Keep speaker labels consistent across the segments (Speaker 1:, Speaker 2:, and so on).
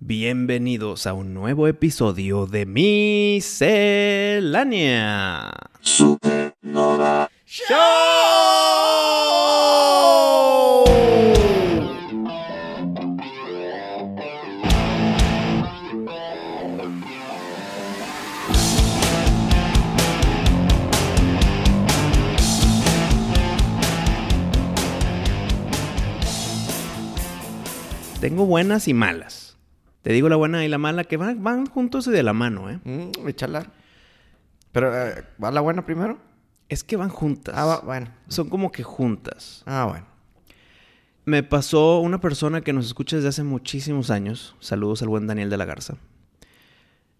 Speaker 1: Bienvenidos a un nuevo episodio de Miscelánea
Speaker 2: Supernova.
Speaker 1: Show. Tengo buenas y malas. Te digo la buena y la mala que van, van juntos y de la mano, ¿eh?
Speaker 2: Mm, échala. Pero, eh, ¿va la buena primero?
Speaker 1: Es que van juntas.
Speaker 2: Ah, va- bueno.
Speaker 1: Son como que juntas.
Speaker 2: Ah, bueno.
Speaker 1: Me pasó una persona que nos escucha desde hace muchísimos años. Saludos al buen Daniel de la Garza.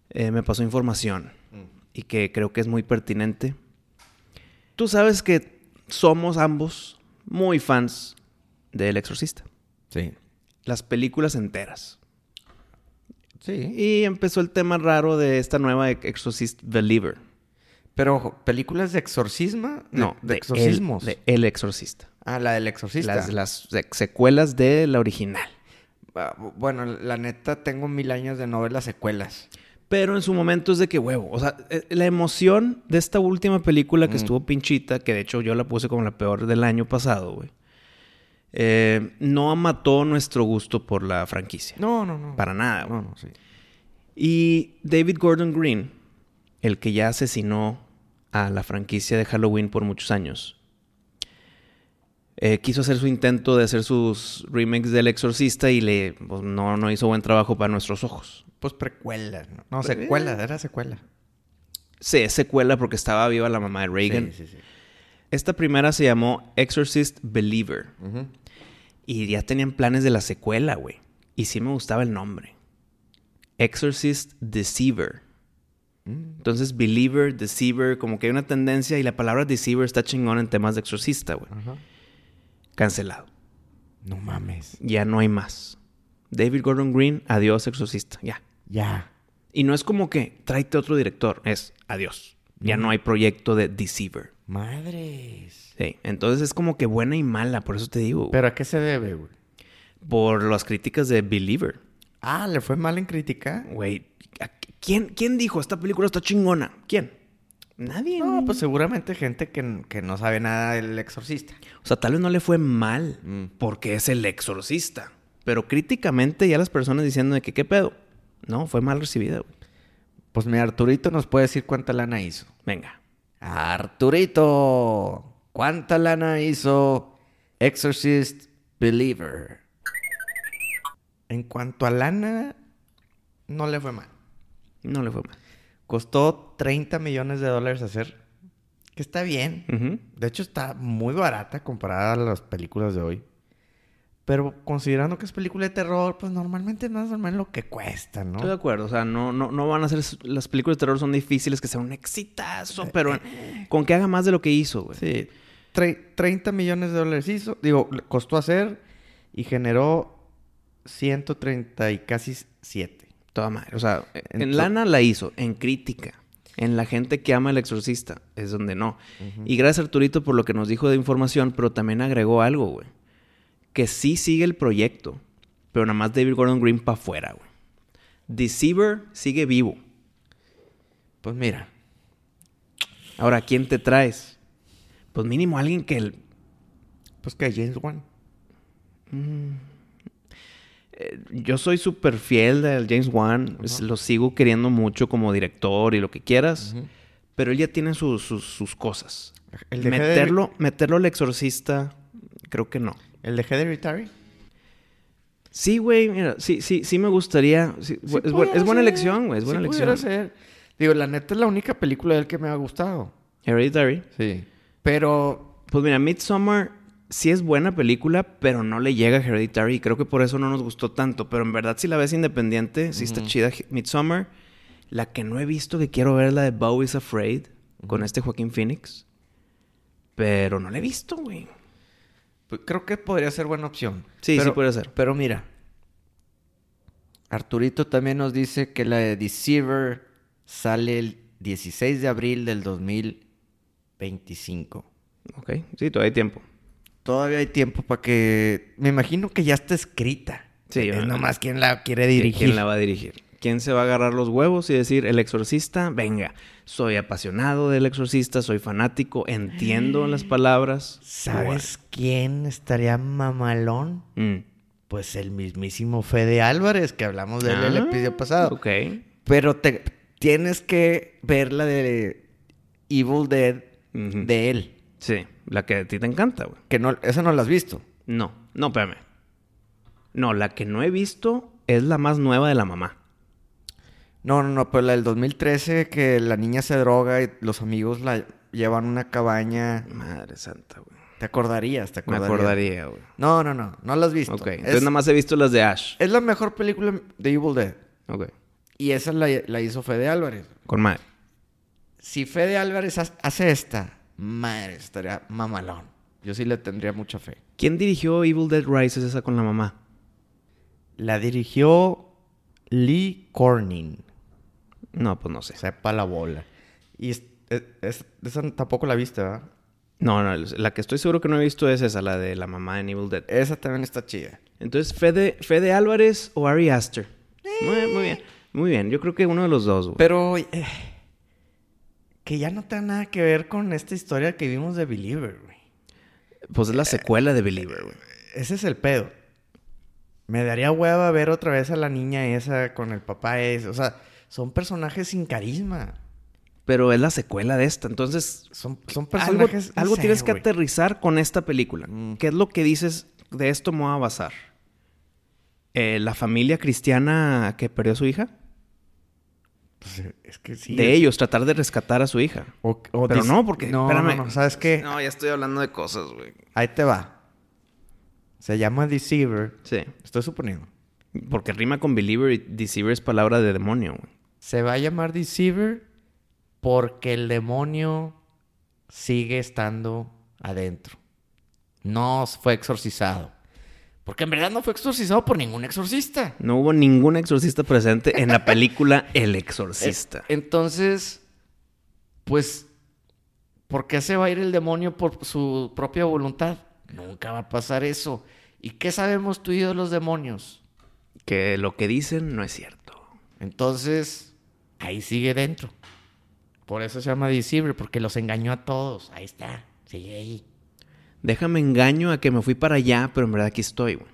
Speaker 1: Eh, me pasó información
Speaker 2: Mm.
Speaker 1: y que creo que es muy pertinente. Tú sabes que somos ambos muy fans del Exorcista.
Speaker 2: Sí.
Speaker 1: Las películas enteras.
Speaker 2: Sí.
Speaker 1: Y empezó el tema raro de esta nueva Exorcist Believer.
Speaker 2: Pero, ojo, ¿películas de exorcismo? De-
Speaker 1: No,
Speaker 2: de,
Speaker 1: de
Speaker 2: exorcismos.
Speaker 1: El, de El Exorcista.
Speaker 2: Ah, la del exorcista.
Speaker 1: Las, las sec- secuelas de la original.
Speaker 2: Ah, bu- bueno, la neta, tengo mil años de no ver las secuelas.
Speaker 1: Pero en su momento es de que huevo. O sea, eh, la emoción de esta última película que
Speaker 2: Mm.
Speaker 1: estuvo pinchita, que de hecho yo la puse como la peor del año pasado, güey. eh, no mató nuestro gusto por la franquicia.
Speaker 2: No, no, no.
Speaker 1: Para nada. güey.
Speaker 2: No, no, sí.
Speaker 1: Y David Gordon Green, el que ya asesinó a la franquicia de Halloween por muchos años, eh, quiso hacer su intento de hacer sus remakes del Exorcista y le pues, no, no hizo buen trabajo para nuestros ojos.
Speaker 2: Pues precuelas. No, Pues, eh. no secuelas. Era secuela.
Speaker 1: Sí, es secuela porque estaba viva la mamá de Reagan.
Speaker 2: Sí, sí, sí.
Speaker 1: Esta primera se llamó Exorcist Believer.
Speaker 2: Ujú.
Speaker 1: Y ya tenían planes de la secuela, güey. Y sí me gustaba el nombre. Exorcist Deceiver.
Speaker 2: Mm.
Speaker 1: Entonces, Believer, Deceiver, como que hay una tendencia y la palabra Deceiver está chingón en temas de exorcista, güey.
Speaker 2: Ajá.
Speaker 1: Cancelado.
Speaker 2: No mames.
Speaker 1: Ya no hay más. David Gordon Green, adiós exorcista, ya.
Speaker 2: Ya.
Speaker 1: Y no es como que tráete otro director, es adiós. Ya no hay proyecto de Deceiver.
Speaker 2: Madres.
Speaker 1: Sí, entonces es como que buena y mala, por eso te digo. güey.
Speaker 2: ¿Pero a qué se debe, güey?
Speaker 1: por las críticas de Believer.
Speaker 2: Ah, le fue mal en criticar.
Speaker 1: Güey, ¿a qui- ¿quién, ¿quién dijo esta película está chingona? ¿Quién? Nadie.
Speaker 2: No, pues seguramente gente que, n- que no sabe nada del exorcista.
Speaker 1: O sea, tal vez no le fue mal
Speaker 2: Mm.
Speaker 1: porque es el exorcista. Pero críticamente ya las personas diciendo de que qué pedo. No, fue mal recibida, güey.
Speaker 2: Pues mi Arturito nos puede decir cuánta lana hizo.
Speaker 1: Venga.
Speaker 2: Arturito, ¿cuánta lana hizo Exorcist Believer? En cuanto a lana, no le fue mal.
Speaker 1: No le fue mal.
Speaker 2: Costó 30 millones de dólares hacer, que está bien.
Speaker 1: Ujú.
Speaker 2: De hecho, está muy barata comparada a las películas de hoy. Pero considerando que es película de terror, pues normalmente es más o menos lo que cuesta, ¿no?
Speaker 1: Estoy de acuerdo. O sea, no, no, no van a ser... Las películas de terror son difíciles que sea un exitazo. Pero con que haga más de lo que hizo, güey.
Speaker 2: Eh, Sí. Tre- 30 millones de dólares hizo, digo, le costó hacer y generó 130 y casi 7.
Speaker 1: Toda madre. O sea, en
Speaker 2: Ento-
Speaker 1: lana la hizo, en crítica, en la gente que ama el exorcista, es donde no. Y gracias Arturito por lo que nos dijo de información, pero también agregó algo, güey. Que sí sigue el proyecto, pero nada más David Gordon Green para afuera, güey. Deceiver sigue vivo.
Speaker 2: Pues mira,
Speaker 1: Ahora, ¿quién te traes? Pues mínimo alguien que... el-
Speaker 2: pues que James Wan.
Speaker 1: eh, yo soy súper fiel del James Wan, es- lo sigo queriendo mucho como director y lo que quieras, pero él ya tiene sus- sus- sus cosas.
Speaker 2: El de
Speaker 1: meterlo, meterlo al exorcista, creo que no.
Speaker 2: Hereditary- el de Hereditary.
Speaker 1: Sí, güey, mira, sí, sí, sí me gustaría. sí,
Speaker 2: Sí
Speaker 1: bu- es, bu-
Speaker 2: pudiera
Speaker 1: es buena
Speaker 2: ser,
Speaker 1: elección, güey, es
Speaker 2: sí
Speaker 1: buena
Speaker 2: pudiera
Speaker 1: elección.
Speaker 2: ser. Digo, la neta es la única película de él que me ha gustado.
Speaker 1: Hereditary.
Speaker 2: Sí. Pero,
Speaker 1: Pues mira, Midsommar sí es buena película, pero no le llega a Hereditary y creo que por eso no nos gustó tanto. Pero en verdad, si la ves independiente, sí está chida He- Midsommar. La que no he visto que quiero ver es la de Bow is Afraid con este Joaquín Phoenix. Pero no la he visto, güey.
Speaker 2: pues, creo que podría ser buena opción.
Speaker 1: Sí, sí
Speaker 2: Pero-
Speaker 1: puede ser.
Speaker 2: Pero mira, Arturito también nos dice que la de Deceiver sale el 16 de abril del 2025.
Speaker 1: Ok, sí, todavía hay tiempo.
Speaker 2: Todavía hay tiempo para que... Me imagino que ya está escrita.
Speaker 1: Sí,
Speaker 2: es
Speaker 1: bueno,
Speaker 2: nomás quien la quiere
Speaker 1: ¿qui-
Speaker 2: dirigir.
Speaker 1: ¿Quién la va a dirigir? ¿Quién se va a agarrar los huevos y decir, el exorcista, venga, soy apasionado del exorcista, soy fanático, entiendo las palabras?
Speaker 2: ¿Sabes quién estaría mamalón?
Speaker 1: Mm.
Speaker 2: Pues el mismísimo Fede Álvarez, que hablamos de él el
Speaker 1: Ah,
Speaker 2: episodio pasado.
Speaker 1: Ok.
Speaker 2: Pero te, tienes que ver la de Evil Dead
Speaker 1: Ujú.
Speaker 2: de él.
Speaker 1: Sí, la que a ti te encanta, güey.
Speaker 2: Que no, esa no la has visto.
Speaker 1: No, no, espérame. No, la que no he visto es la más nueva de la mamá.
Speaker 2: No, no, no, pero la del 2013 que la niña se droga y los amigos la llevan a una cabaña.
Speaker 1: Madre santa, güey.
Speaker 2: Te acordarías, te
Speaker 1: Me
Speaker 2: acordarías.
Speaker 1: acordaría, güey.
Speaker 2: No, no, no, no la has visto.
Speaker 1: Ok, entonces
Speaker 2: es,
Speaker 1: nada más he visto las de Ash.
Speaker 2: es la mejor película de Evil Dead.
Speaker 1: Ok.
Speaker 2: Y esa la, la hizo Fede Álvarez.
Speaker 1: Con madre.
Speaker 2: Si Fede Álvarez ha- hace esta, madre, estaría mamalón. Yo sí le tendría mucha fe.
Speaker 1: ¿Quién dirigió Evil Dead Rises esa con la mamá?
Speaker 2: La dirigió Lee Corning.
Speaker 1: No, pues no sé.
Speaker 2: Sepa la bola. Y es- es- es- esa tampoco la viste, ¿verdad?
Speaker 1: No, no, la que estoy seguro que no he visto es esa, la de la mamá en Evil Dead.
Speaker 2: Esa también está chida.
Speaker 1: Entonces, Fede, Fede Álvarez o Ari Aster. Muy,
Speaker 2: Eh.
Speaker 1: muy bien, muy bien. Yo creo que uno de los dos, güey.
Speaker 2: Pero eh, que ya no tenga nada que ver con esta historia que vimos de Believer, güey.
Speaker 1: Pues es la secuela de Believer, güey.
Speaker 2: Ese es el pedo. Me daría hueva ver otra vez a la niña esa con el papá ese. O sea, son personajes sin carisma.
Speaker 1: Pero es la secuela de esta. Entonces, pues,
Speaker 2: Son, son
Speaker 1: algo,
Speaker 2: personajes... no
Speaker 1: algo
Speaker 2: sé,
Speaker 1: tienes que
Speaker 2: güey.
Speaker 1: aterrizar con esta película.
Speaker 2: Mm.
Speaker 1: ¿Qué es lo que dices de esto me voy a basar? Eh, la familia cristiana que perdió a su hija.
Speaker 2: Pues, eh, es que sí.
Speaker 1: de
Speaker 2: es-
Speaker 1: ellos, tratar de rescatar a su hija.
Speaker 2: o- o
Speaker 1: Pero
Speaker 2: dis-
Speaker 1: no, porque-
Speaker 2: No,
Speaker 1: espérame.
Speaker 2: no, no, ¿Sabes qué?
Speaker 1: Eh. ya estoy hablando de cosas, güey.
Speaker 2: Ahí te va. Se llama Deceiver.
Speaker 1: Sí.
Speaker 2: Estoy suponiendo.
Speaker 1: Porque rima con believer y deceiver es palabra de demonio, güey.
Speaker 2: Se va a llamar Deceiver porque el demonio sigue estando adentro. No fue exorcizado. Porque en verdad no fue exorcizado por ningún exorcista.
Speaker 1: No hubo ningún exorcista presente en la película El Exorcista.
Speaker 2: E- Entonces, pues, ¿por qué se va a ir el demonio por su propia voluntad? Nunca va a pasar eso. ¿Y qué sabemos tú y yo de los demonios?
Speaker 1: Que lo que dicen no es cierto.
Speaker 2: Entonces, ahí sigue dentro. Por eso se llama Deceiver, porque los engañó a todos. Ahí está, sigue ahí.
Speaker 1: Déjame engaño a que me fui para allá, pero en verdad aquí estoy, güey.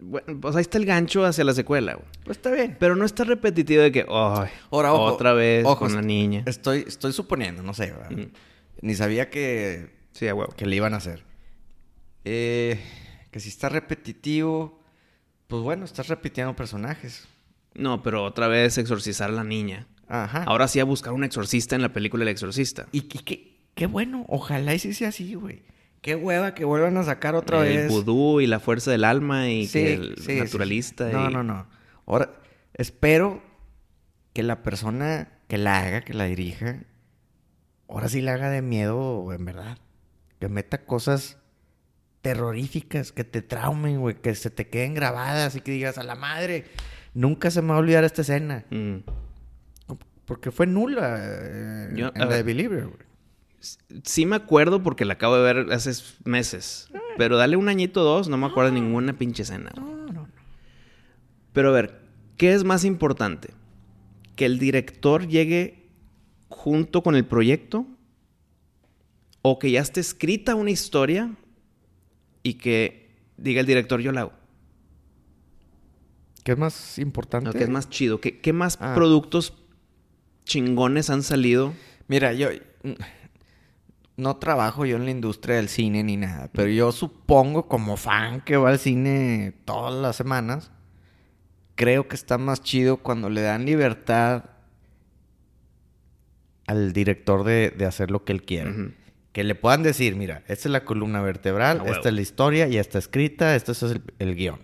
Speaker 1: Bueno, pues ahí está el gancho hacia la secuela, güey.
Speaker 2: Pues está bien.
Speaker 1: Pero no está repetitivo de que, ay,
Speaker 2: Ahora, ojo,
Speaker 1: otra vez
Speaker 2: ojo,
Speaker 1: con la niña.
Speaker 2: Estoy, estoy suponiendo, no sé, ¿verdad? Ni sabía que,
Speaker 1: Sí, a huevo.
Speaker 2: que le iban a hacer. Eh, que si está repetitivo, pues bueno, estás repitiendo personajes.
Speaker 1: No, pero otra vez exorcizar a la niña.
Speaker 2: Ajá.
Speaker 1: Ahora sí a buscar un exorcista en la película El Exorcista.
Speaker 2: Ah. y, y qué, qué bueno, ojalá y sí sea así, güey. Qué hueva que vuelvan a sacar otra
Speaker 1: el
Speaker 2: vez.
Speaker 1: vudú y la fuerza del alma y
Speaker 2: Sí,
Speaker 1: que el
Speaker 2: sí, sí,
Speaker 1: naturalista.
Speaker 2: sí. No,
Speaker 1: y-
Speaker 2: no, no. Ahora, espero que la persona que la haga, que la dirija, ahora sí la haga de miedo, en verdad. Que meta cosas terroríficas, que te traumen, güey, que se te queden grabadas y que digas, a la madre, nunca se me va a olvidar esta escena.
Speaker 1: Mm.
Speaker 2: Porque fue nula eh,
Speaker 1: Yo-
Speaker 2: en la de
Speaker 1: ah.
Speaker 2: Believer, güey.
Speaker 1: Sí me acuerdo porque la acabo de ver hace meses. Pero dale un añito o dos, no me acuerdo de
Speaker 2: Ah.
Speaker 1: ninguna pinche escena. güey.
Speaker 2: No, no, no.
Speaker 1: Pero a ver, ¿qué es más importante? ¿Que el director llegue junto con el proyecto? ¿O que ya esté escrita una historia y que diga el director, yo la hago?
Speaker 2: ¿Qué es más importante?
Speaker 1: Lo que es más chido. ¿Qué, qué más
Speaker 2: Ah.
Speaker 1: productos chingones han salido?
Speaker 2: Mira, yo no trabajo yo en la industria del cine ni nada, pero yo supongo como fan que va al cine todas las semanas, creo que está más chido cuando le dan libertad al director de, de hacer lo que él quiera.
Speaker 1: Ujú.
Speaker 2: Que le puedan decir, mira, esta es la columna vertebral,
Speaker 1: A huevo.
Speaker 2: esta es la historia, ya está escrita, este es el, el guión.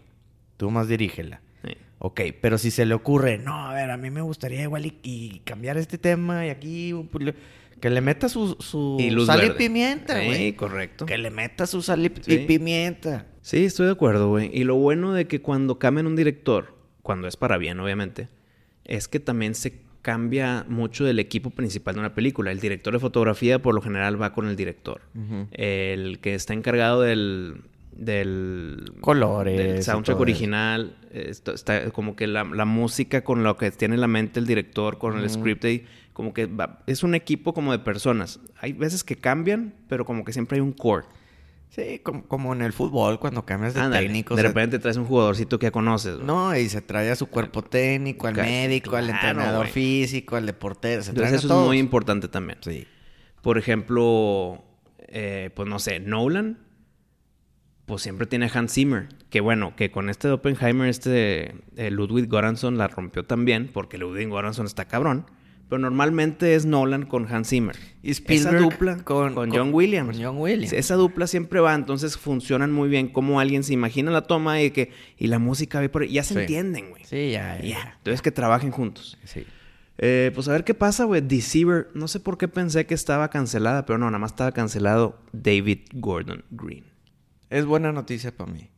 Speaker 2: Tú más dirígela.
Speaker 1: Sí.
Speaker 2: Ok, pero si se le ocurre, no, a ver, a mí me gustaría igual y, y cambiar este tema y aquí un pul- que le meta su, su
Speaker 1: Y luz
Speaker 2: sal y
Speaker 1: verde.
Speaker 2: pimienta,
Speaker 1: Sí,
Speaker 2: güey.
Speaker 1: correcto.
Speaker 2: Que le meta su sal y,
Speaker 1: Sí.
Speaker 2: y pimienta.
Speaker 1: Sí, estoy de acuerdo, güey. Y lo bueno de que cuando cambian un director, cuando es para bien, obviamente, es que también se cambia mucho del equipo principal de una película. El director de fotografía por lo general va con el director. El que está encargado del, del
Speaker 2: Colores y
Speaker 1: del soundtrack
Speaker 2: todo eso.
Speaker 1: original, esto está como que la, la música con lo que tiene en la mente el director, con el
Speaker 2: Ujú.
Speaker 1: script, y como que va- es un equipo como de personas. Hay veces que cambian, pero como que siempre hay un core.
Speaker 2: Sí, como, como en el fútbol, cuando cambias de
Speaker 1: Ándale,
Speaker 2: técnico.
Speaker 1: de
Speaker 2: se-
Speaker 1: repente traes un jugadorcito que ya conoces. güey.
Speaker 2: No, y se trae a su cuerpo técnico, al
Speaker 1: Ca-
Speaker 2: médico, al
Speaker 1: claro,
Speaker 2: entrenador
Speaker 1: güey.
Speaker 2: físico, al de portero. Se traen
Speaker 1: Entonces eso
Speaker 2: a
Speaker 1: es
Speaker 2: todos.
Speaker 1: muy importante también.
Speaker 2: Sí.
Speaker 1: Por ejemplo, eh, pues no sé, Nolan, pues siempre tiene a Hans Zimmer. Que bueno, que con este de Oppenheimer, este eh, Ludwig Göransson la rompió también, porque Ludwig Göransson está cabrón. Pero normalmente es Nolan con Hans Zimmer.
Speaker 2: Y Spielberg
Speaker 1: Esa dupla con, John Williams.
Speaker 2: Con John Williams.
Speaker 1: Esa dupla siempre va, entonces funcionan muy bien. Como alguien se imagina la toma y que y la música ve por ahí. Ya se
Speaker 2: Sí.
Speaker 1: entienden, güey.
Speaker 2: Sí, ya,
Speaker 1: Ya.
Speaker 2: ya.
Speaker 1: Entonces que trabajen juntos.
Speaker 2: Sí.
Speaker 1: Eh, pues a ver qué pasa, güey. Deceiver. No sé por qué pensé que estaba cancelada, pero no, nada más estaba cancelado David Gordon Green.
Speaker 2: Es buena noticia para mí.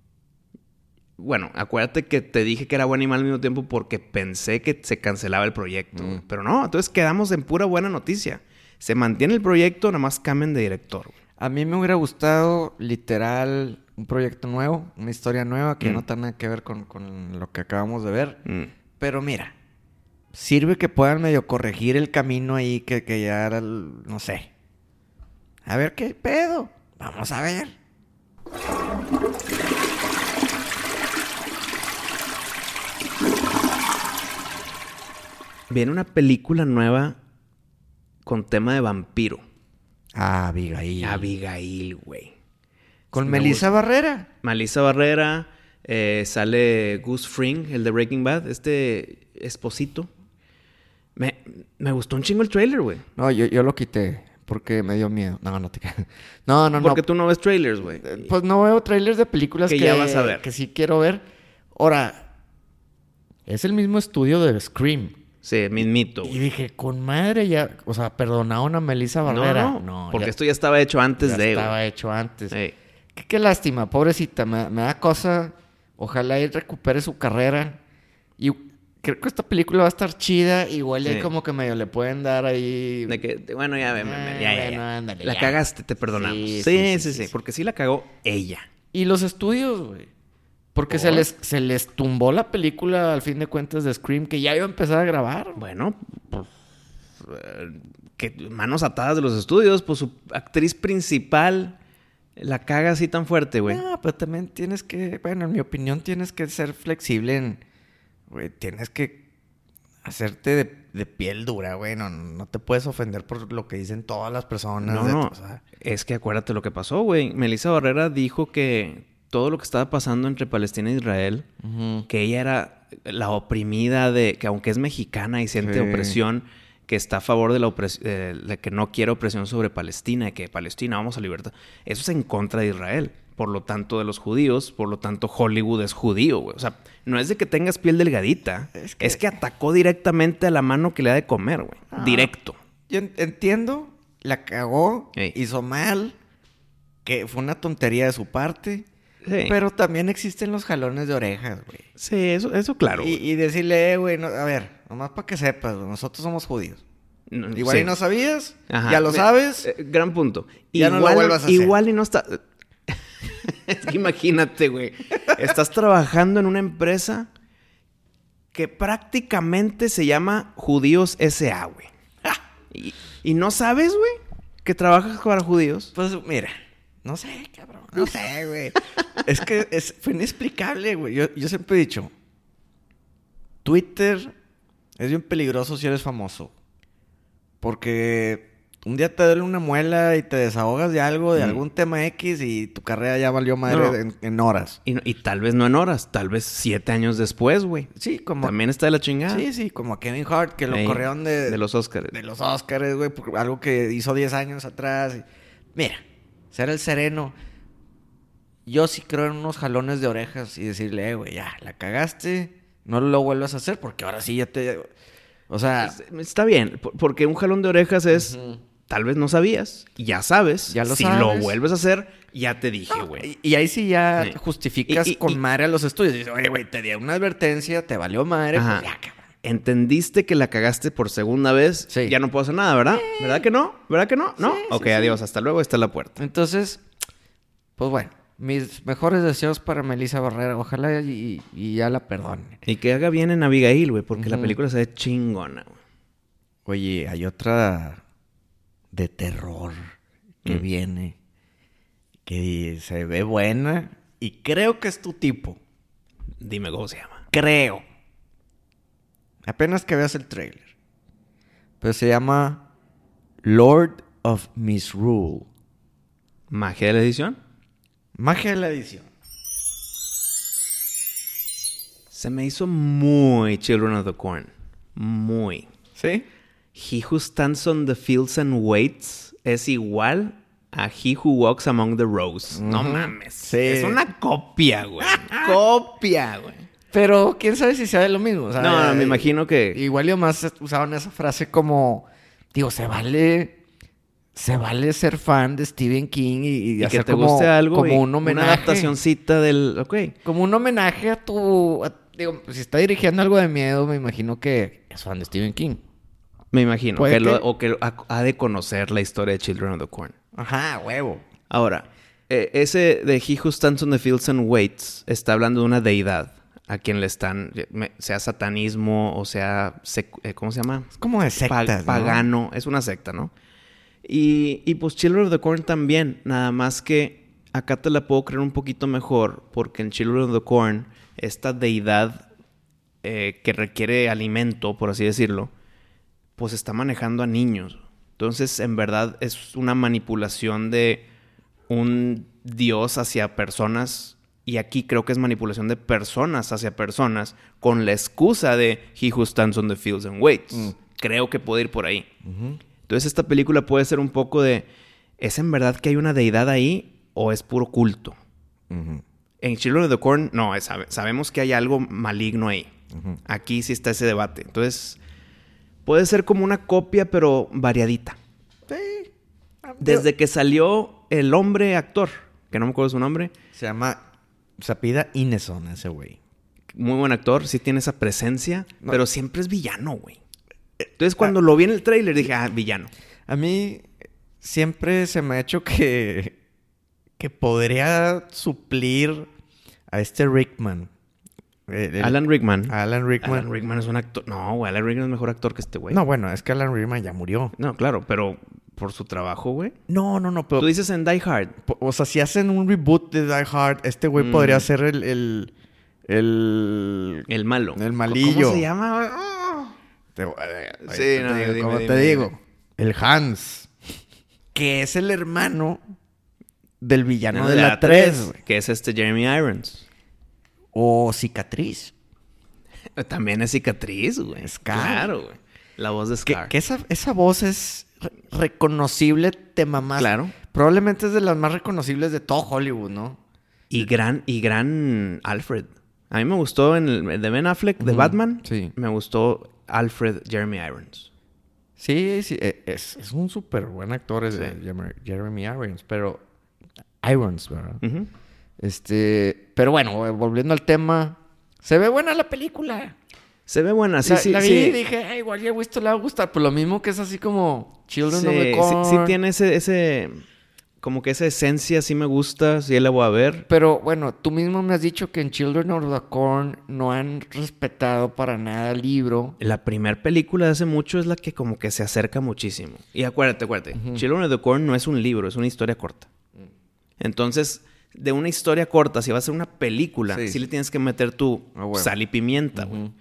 Speaker 1: Bueno, acuérdate que te dije que era buena y mal al mismo tiempo porque pensé que se cancelaba el proyecto. güey.
Speaker 2: Mm.
Speaker 1: Pero no, entonces quedamos en pura buena noticia. Se mantiene el proyecto, nada más cambian de director. güey.
Speaker 2: A mí me hubiera gustado, literal, un proyecto nuevo, una historia nueva que
Speaker 1: Mm.
Speaker 2: no tiene nada que ver con, con lo que acabamos de ver.
Speaker 1: Mm.
Speaker 2: Pero mira, sirve que puedan medio corregir el camino ahí que, que ya era el- no sé. A ver qué pedo. Vamos a ver.
Speaker 1: Viene una película nueva con tema de vampiro.
Speaker 2: Ah, Abigail.
Speaker 1: Abigail, güey.
Speaker 2: Con
Speaker 1: Me
Speaker 2: Melissa Barrera.
Speaker 1: Malisa Barrera, eh, sale Gus Fring, el de Breaking Bad, este esposito. Me, me gustó un chingo el trailer, güey.
Speaker 2: No, yo, yo lo quité porque me dio miedo. No, no te creas. No, no, no.
Speaker 1: Porque tú no ves trailers, güey.
Speaker 2: Eh, Pues no veo trailers de películas
Speaker 1: Que
Speaker 2: que,
Speaker 1: ya vas a ver.
Speaker 2: que sí quiero ver. Ahora, es el mismo estudio de Scream.
Speaker 1: Sí, mismito,
Speaker 2: Y
Speaker 1: güey.
Speaker 2: dije, con madre ya, o sea, perdonaron a Melissa
Speaker 1: No,
Speaker 2: Barrera.
Speaker 1: no,
Speaker 2: No,
Speaker 1: porque
Speaker 2: ya-
Speaker 1: esto ya estaba hecho antes
Speaker 2: ya
Speaker 1: de, güey.
Speaker 2: estaba hecho antes.
Speaker 1: Ey.
Speaker 2: Qué, qué lástima, pobrecita, me, me da cosa. Ojalá él recupere su carrera. Y creo que esta película va a estar chida. Igual ya
Speaker 1: Sí.
Speaker 2: como que medio le pueden dar ahí.
Speaker 1: De que, de- bueno, ya, ve, me- me-
Speaker 2: Ah,
Speaker 1: ya, ya,
Speaker 2: bueno,
Speaker 1: ya.
Speaker 2: ándale,
Speaker 1: la
Speaker 2: ya.
Speaker 1: cagaste, te perdonamos. Sí sí sí,
Speaker 2: sí, sí.
Speaker 1: porque sí la cagó ella.
Speaker 2: Y los estudios, güey. Porque se
Speaker 1: ¿Por?
Speaker 2: les, se les tumbó la película al fin de cuentas de Scream, que ya iba a empezar a grabar.
Speaker 1: Bueno, pues, eh, que manos atadas de los estudios, pues su actriz principal la caga así tan fuerte, güey.
Speaker 2: No, Ah, pero también tienes que, bueno, en mi opinión, tienes que ser flexible en, güey, tienes que hacerte de, de piel dura, güey, no, no te puedes ofender por lo que dicen todas las personas.
Speaker 1: No,
Speaker 2: de-
Speaker 1: no.
Speaker 2: o sea,
Speaker 1: Es que acuérdate lo que pasó, güey. Melissa Barrera dijo que todo lo que estaba pasando entre Palestina e Israel, que ella era la oprimida de que aunque es mexicana y siente
Speaker 2: Sí.
Speaker 1: opresión, que está a favor de la opresión, que no quiere opresión sobre Palestina, que Palestina vamos a libertad. Eso es en contra de Israel. Por lo tanto, de los judíos, por lo tanto, Hollywood es judío, güey. O sea, no es de que tengas piel delgadita, es
Speaker 2: Es
Speaker 1: que,
Speaker 2: que-
Speaker 1: atacó directamente a la mano que le da de comer, güey.
Speaker 2: Ah.
Speaker 1: Directo.
Speaker 2: Yo en- entiendo, la cagó,
Speaker 1: Ey.
Speaker 2: hizo mal, que fue una tontería de su parte,
Speaker 1: Sí.
Speaker 2: pero también existen los jalones de orejas, güey.
Speaker 1: Sí, eso, eso claro.
Speaker 2: Y,
Speaker 1: güey.
Speaker 2: y decirle, eh, güey, no- a ver, nomás para que sepas, güey, nosotros somos judíos.
Speaker 1: No,
Speaker 2: Igual
Speaker 1: sí.
Speaker 2: y no sabías,
Speaker 1: Ajá.
Speaker 2: ya lo
Speaker 1: Eh,
Speaker 2: sabes.
Speaker 1: eh, gran punto.
Speaker 2: Ya no lo vuelvas a hacer.
Speaker 1: Igual y no está. Es que imagínate, güey. Estás trabajando en una empresa que prácticamente se llama Judíos S.A., güey. Y, y no sabes, güey, que trabajas para judíos.
Speaker 2: Pues mira, no sé, cabrón. No sé, güey. es que es, fue inexplicable, güey. Yo, yo siempre he dicho, Twitter es bien peligroso si eres famoso. Porque un día te duele una muela y te desahogas de algo, de
Speaker 1: Mm.
Speaker 2: algún tema X y tu carrera ya valió madre
Speaker 1: No.
Speaker 2: en, en horas.
Speaker 1: Y, no- y tal vez no en horas, tal vez siete años después, güey.
Speaker 2: Sí, como...
Speaker 1: También está de la chingada.
Speaker 2: Sí, sí, como a Kevin Hart, que lo
Speaker 1: Ey,
Speaker 2: corrieron de,
Speaker 1: de los Oscars.
Speaker 2: de los Oscars, güey, por algo que hizo 10 años atrás. Mira, ser el sereno. Yo sí creo en unos jalones de orejas y decirle, eh, güey, ya, la cagaste, no lo vuelvas a hacer porque ahora sí ya te. O sea,
Speaker 1: Está bien, por- porque un jalón de orejas es.
Speaker 2: Ujú.
Speaker 1: Tal vez no sabías, ya sabes.
Speaker 2: Ya lo
Speaker 1: si
Speaker 2: sabes.
Speaker 1: lo vuelves a hacer, ya te dije, güey.
Speaker 2: y, y ahí sí ya
Speaker 1: Sí.
Speaker 2: justificas
Speaker 1: Y- y-
Speaker 2: con
Speaker 1: y-
Speaker 2: madre a los estudios. Dices, oye, güey, te di una advertencia, te valió madre,
Speaker 1: Ajá.
Speaker 2: pues ya, cabrón.
Speaker 1: Entendiste que la cagaste por segunda vez.
Speaker 2: Sí.
Speaker 1: Ya no puedo hacer nada, ¿verdad? ¿Verdad que no? ¿Verdad que no? No.
Speaker 2: Sí,
Speaker 1: ok,
Speaker 2: sí, sí.
Speaker 1: adiós. Hasta luego. Está la puerta.
Speaker 2: Entonces, pues bueno, Mis mejores deseos para Melissa Barrera. Ojalá y, y ya la perdone.
Speaker 1: Y que haga bien en Abigail, güey, porque la
Speaker 2: Ujú.
Speaker 1: película se ve chingona, güey.
Speaker 2: Oye, hay otra de terror que
Speaker 1: Mm.
Speaker 2: viene. Que se ve buena. Y creo que es tu tipo.
Speaker 1: Dime cómo se llama.
Speaker 2: Creo. Apenas que veas el trailer. Pero se llama Lord of Misrule.
Speaker 1: ¿Magia de la edición?
Speaker 2: Magia de la edición.
Speaker 1: Se me hizo muy Children of the Corn. Muy.
Speaker 2: ¿Sí?
Speaker 1: He who stands on the fields and waits es igual a he who walks among the rows. No mames.
Speaker 2: Sí.
Speaker 1: Es una copia, güey. copia, güey.
Speaker 2: Pero quién sabe si sea de lo mismo. o sea, eh,
Speaker 1: No, no, me imagino que-
Speaker 2: Igual yo más usaban esa frase como. Digo, se vale. Se vale ser fan de Stephen King y, y
Speaker 1: Y que
Speaker 2: hacer
Speaker 1: te
Speaker 2: como,
Speaker 1: guste algo. y
Speaker 2: como un homenaje.
Speaker 1: Una adaptacioncita del. Ok.
Speaker 2: Como un homenaje a tu. a- digo, pues, si está dirigiendo algo de miedo, me imagino que es fan de Stephen King.
Speaker 1: Me imagino.
Speaker 2: Puede
Speaker 1: que lo-
Speaker 2: que-
Speaker 1: o que lo- ha, ha de conocer la historia de Children of the Corn.
Speaker 2: Ajá, huevo.
Speaker 1: Ahora, eh, ese de He Who Stands on the Fields and Waits está hablando de una deidad a quien le están, me- sea satanismo o sea, sec- eh, ¿cómo se llama?
Speaker 2: Es como de
Speaker 1: Pa-
Speaker 2: sectas. ¿no?
Speaker 1: Pagano, es una secta, ¿no? Y, y pues Children of the Corn también, nada más que acá te la puedo creer un poquito mejor porque en Children of the Corn esta deidad eh, que requiere alimento, por así decirlo, pues está manejando a niños. Entonces, en verdad, es una manipulación de un dios hacia personas. Y aquí creo que es manipulación de personas hacia personas con la excusa de He Who Stands on the Fields and Waits.
Speaker 2: Mm.
Speaker 1: Creo que puede ir por ahí.
Speaker 2: Ujú.
Speaker 1: Entonces, esta película puede ser un poco de: ¿es en verdad que hay una deidad ahí o es puro culto?
Speaker 2: Ujú.
Speaker 1: En Children of the Corn, no, es- sabe- sabemos que hay algo maligno ahí.
Speaker 2: Ujú.
Speaker 1: Aquí sí está ese debate. Entonces, puede ser como una copia, pero variadita.
Speaker 2: Sí.
Speaker 1: Desde que salió el hombre actor, que no me acuerdo su nombre,
Speaker 2: Se llama. Sapida Ineson, ese güey.
Speaker 1: muy buen actor, sí tiene esa presencia,
Speaker 2: No. Ah.
Speaker 1: pero siempre es villano, güey. Entonces, cuando lo vi en el tráiler, dije, ah, villano.
Speaker 2: A mí siempre se me ha hecho que, que podría suplir a este Rickman. El- el-
Speaker 1: Alan Rickman.
Speaker 2: Alan Rickman.
Speaker 1: Alan Rickman es un actor. No, güey, Alan Rickman es mejor actor que este güey.
Speaker 2: No, bueno, es que Alan Rickman ya murió.
Speaker 1: No, claro, pero por su trabajo, güey.
Speaker 2: No, no, no, pero...
Speaker 1: Tú dices en Die Hard.
Speaker 2: po- O sea, si hacen un reboot de Die Hard, este güey podría
Speaker 1: Mm.
Speaker 2: ser el... El, el-
Speaker 1: El malo.
Speaker 2: El malillo.
Speaker 1: ¿Cómo se llama? Ah.
Speaker 2: te- eh,
Speaker 1: Sí,
Speaker 2: te
Speaker 1: no,
Speaker 2: digo,
Speaker 1: dime,
Speaker 2: ¿cómo
Speaker 1: dime,
Speaker 2: te
Speaker 1: dime.
Speaker 2: digo? El Hans. Que es el hermano del villano de, la 3, güey.
Speaker 1: Que es este Jeremy Irons.
Speaker 2: O Cicatriz.
Speaker 1: También es cicatriz, güey.
Speaker 2: Scar.
Speaker 1: Claro, güey. La voz de
Speaker 2: Que,
Speaker 1: Scar.
Speaker 2: que esa, esa voz es re- reconocible, te mamás.
Speaker 1: Claro.
Speaker 2: Probablemente es de las más reconocibles de todo Hollywood, ¿no?
Speaker 1: Y gran, y gran Alfred. A mí me gustó en el de Ben Affleck, de
Speaker 2: Ujú,
Speaker 1: Batman.
Speaker 2: sí.
Speaker 1: Me gustó Alfred Jeremy Irons.
Speaker 2: Sí, sí, e- es, es un súper buen actor ese
Speaker 1: Sí.
Speaker 2: Jeremy- Jeremy Irons, pero... Irons, ¿verdad?
Speaker 1: Ujú.
Speaker 2: Este... Pero bueno, eh, volviendo al tema... Se ve buena la película.
Speaker 1: Se ve buena, sí,
Speaker 2: la,
Speaker 1: sí,
Speaker 2: la vi
Speaker 1: sí.
Speaker 2: y dije, "Ay, igual ya a Wisto le va a gustar. Pues lo mismo que es así como Children
Speaker 1: Sí,
Speaker 2: of the
Speaker 1: sí,
Speaker 2: Corn.
Speaker 1: sí tiene ese, ese, como que esa esencia sí me gusta, sí la voy a ver.
Speaker 2: Pero bueno, tú mismo me has dicho que en Children of the Corn no han respetado para nada el libro.
Speaker 1: La primera película de hace mucho es la que como que se acerca muchísimo. Y acuérdate, acuérdate, Children of the Corn no es un libro, es una historia corta. Entonces, de una historia corta, si va a ser una película,
Speaker 2: Sí.
Speaker 1: sí, le tienes que meter tu
Speaker 2: Ah, bueno.
Speaker 1: sal y pimienta, güey.
Speaker 2: Ujú.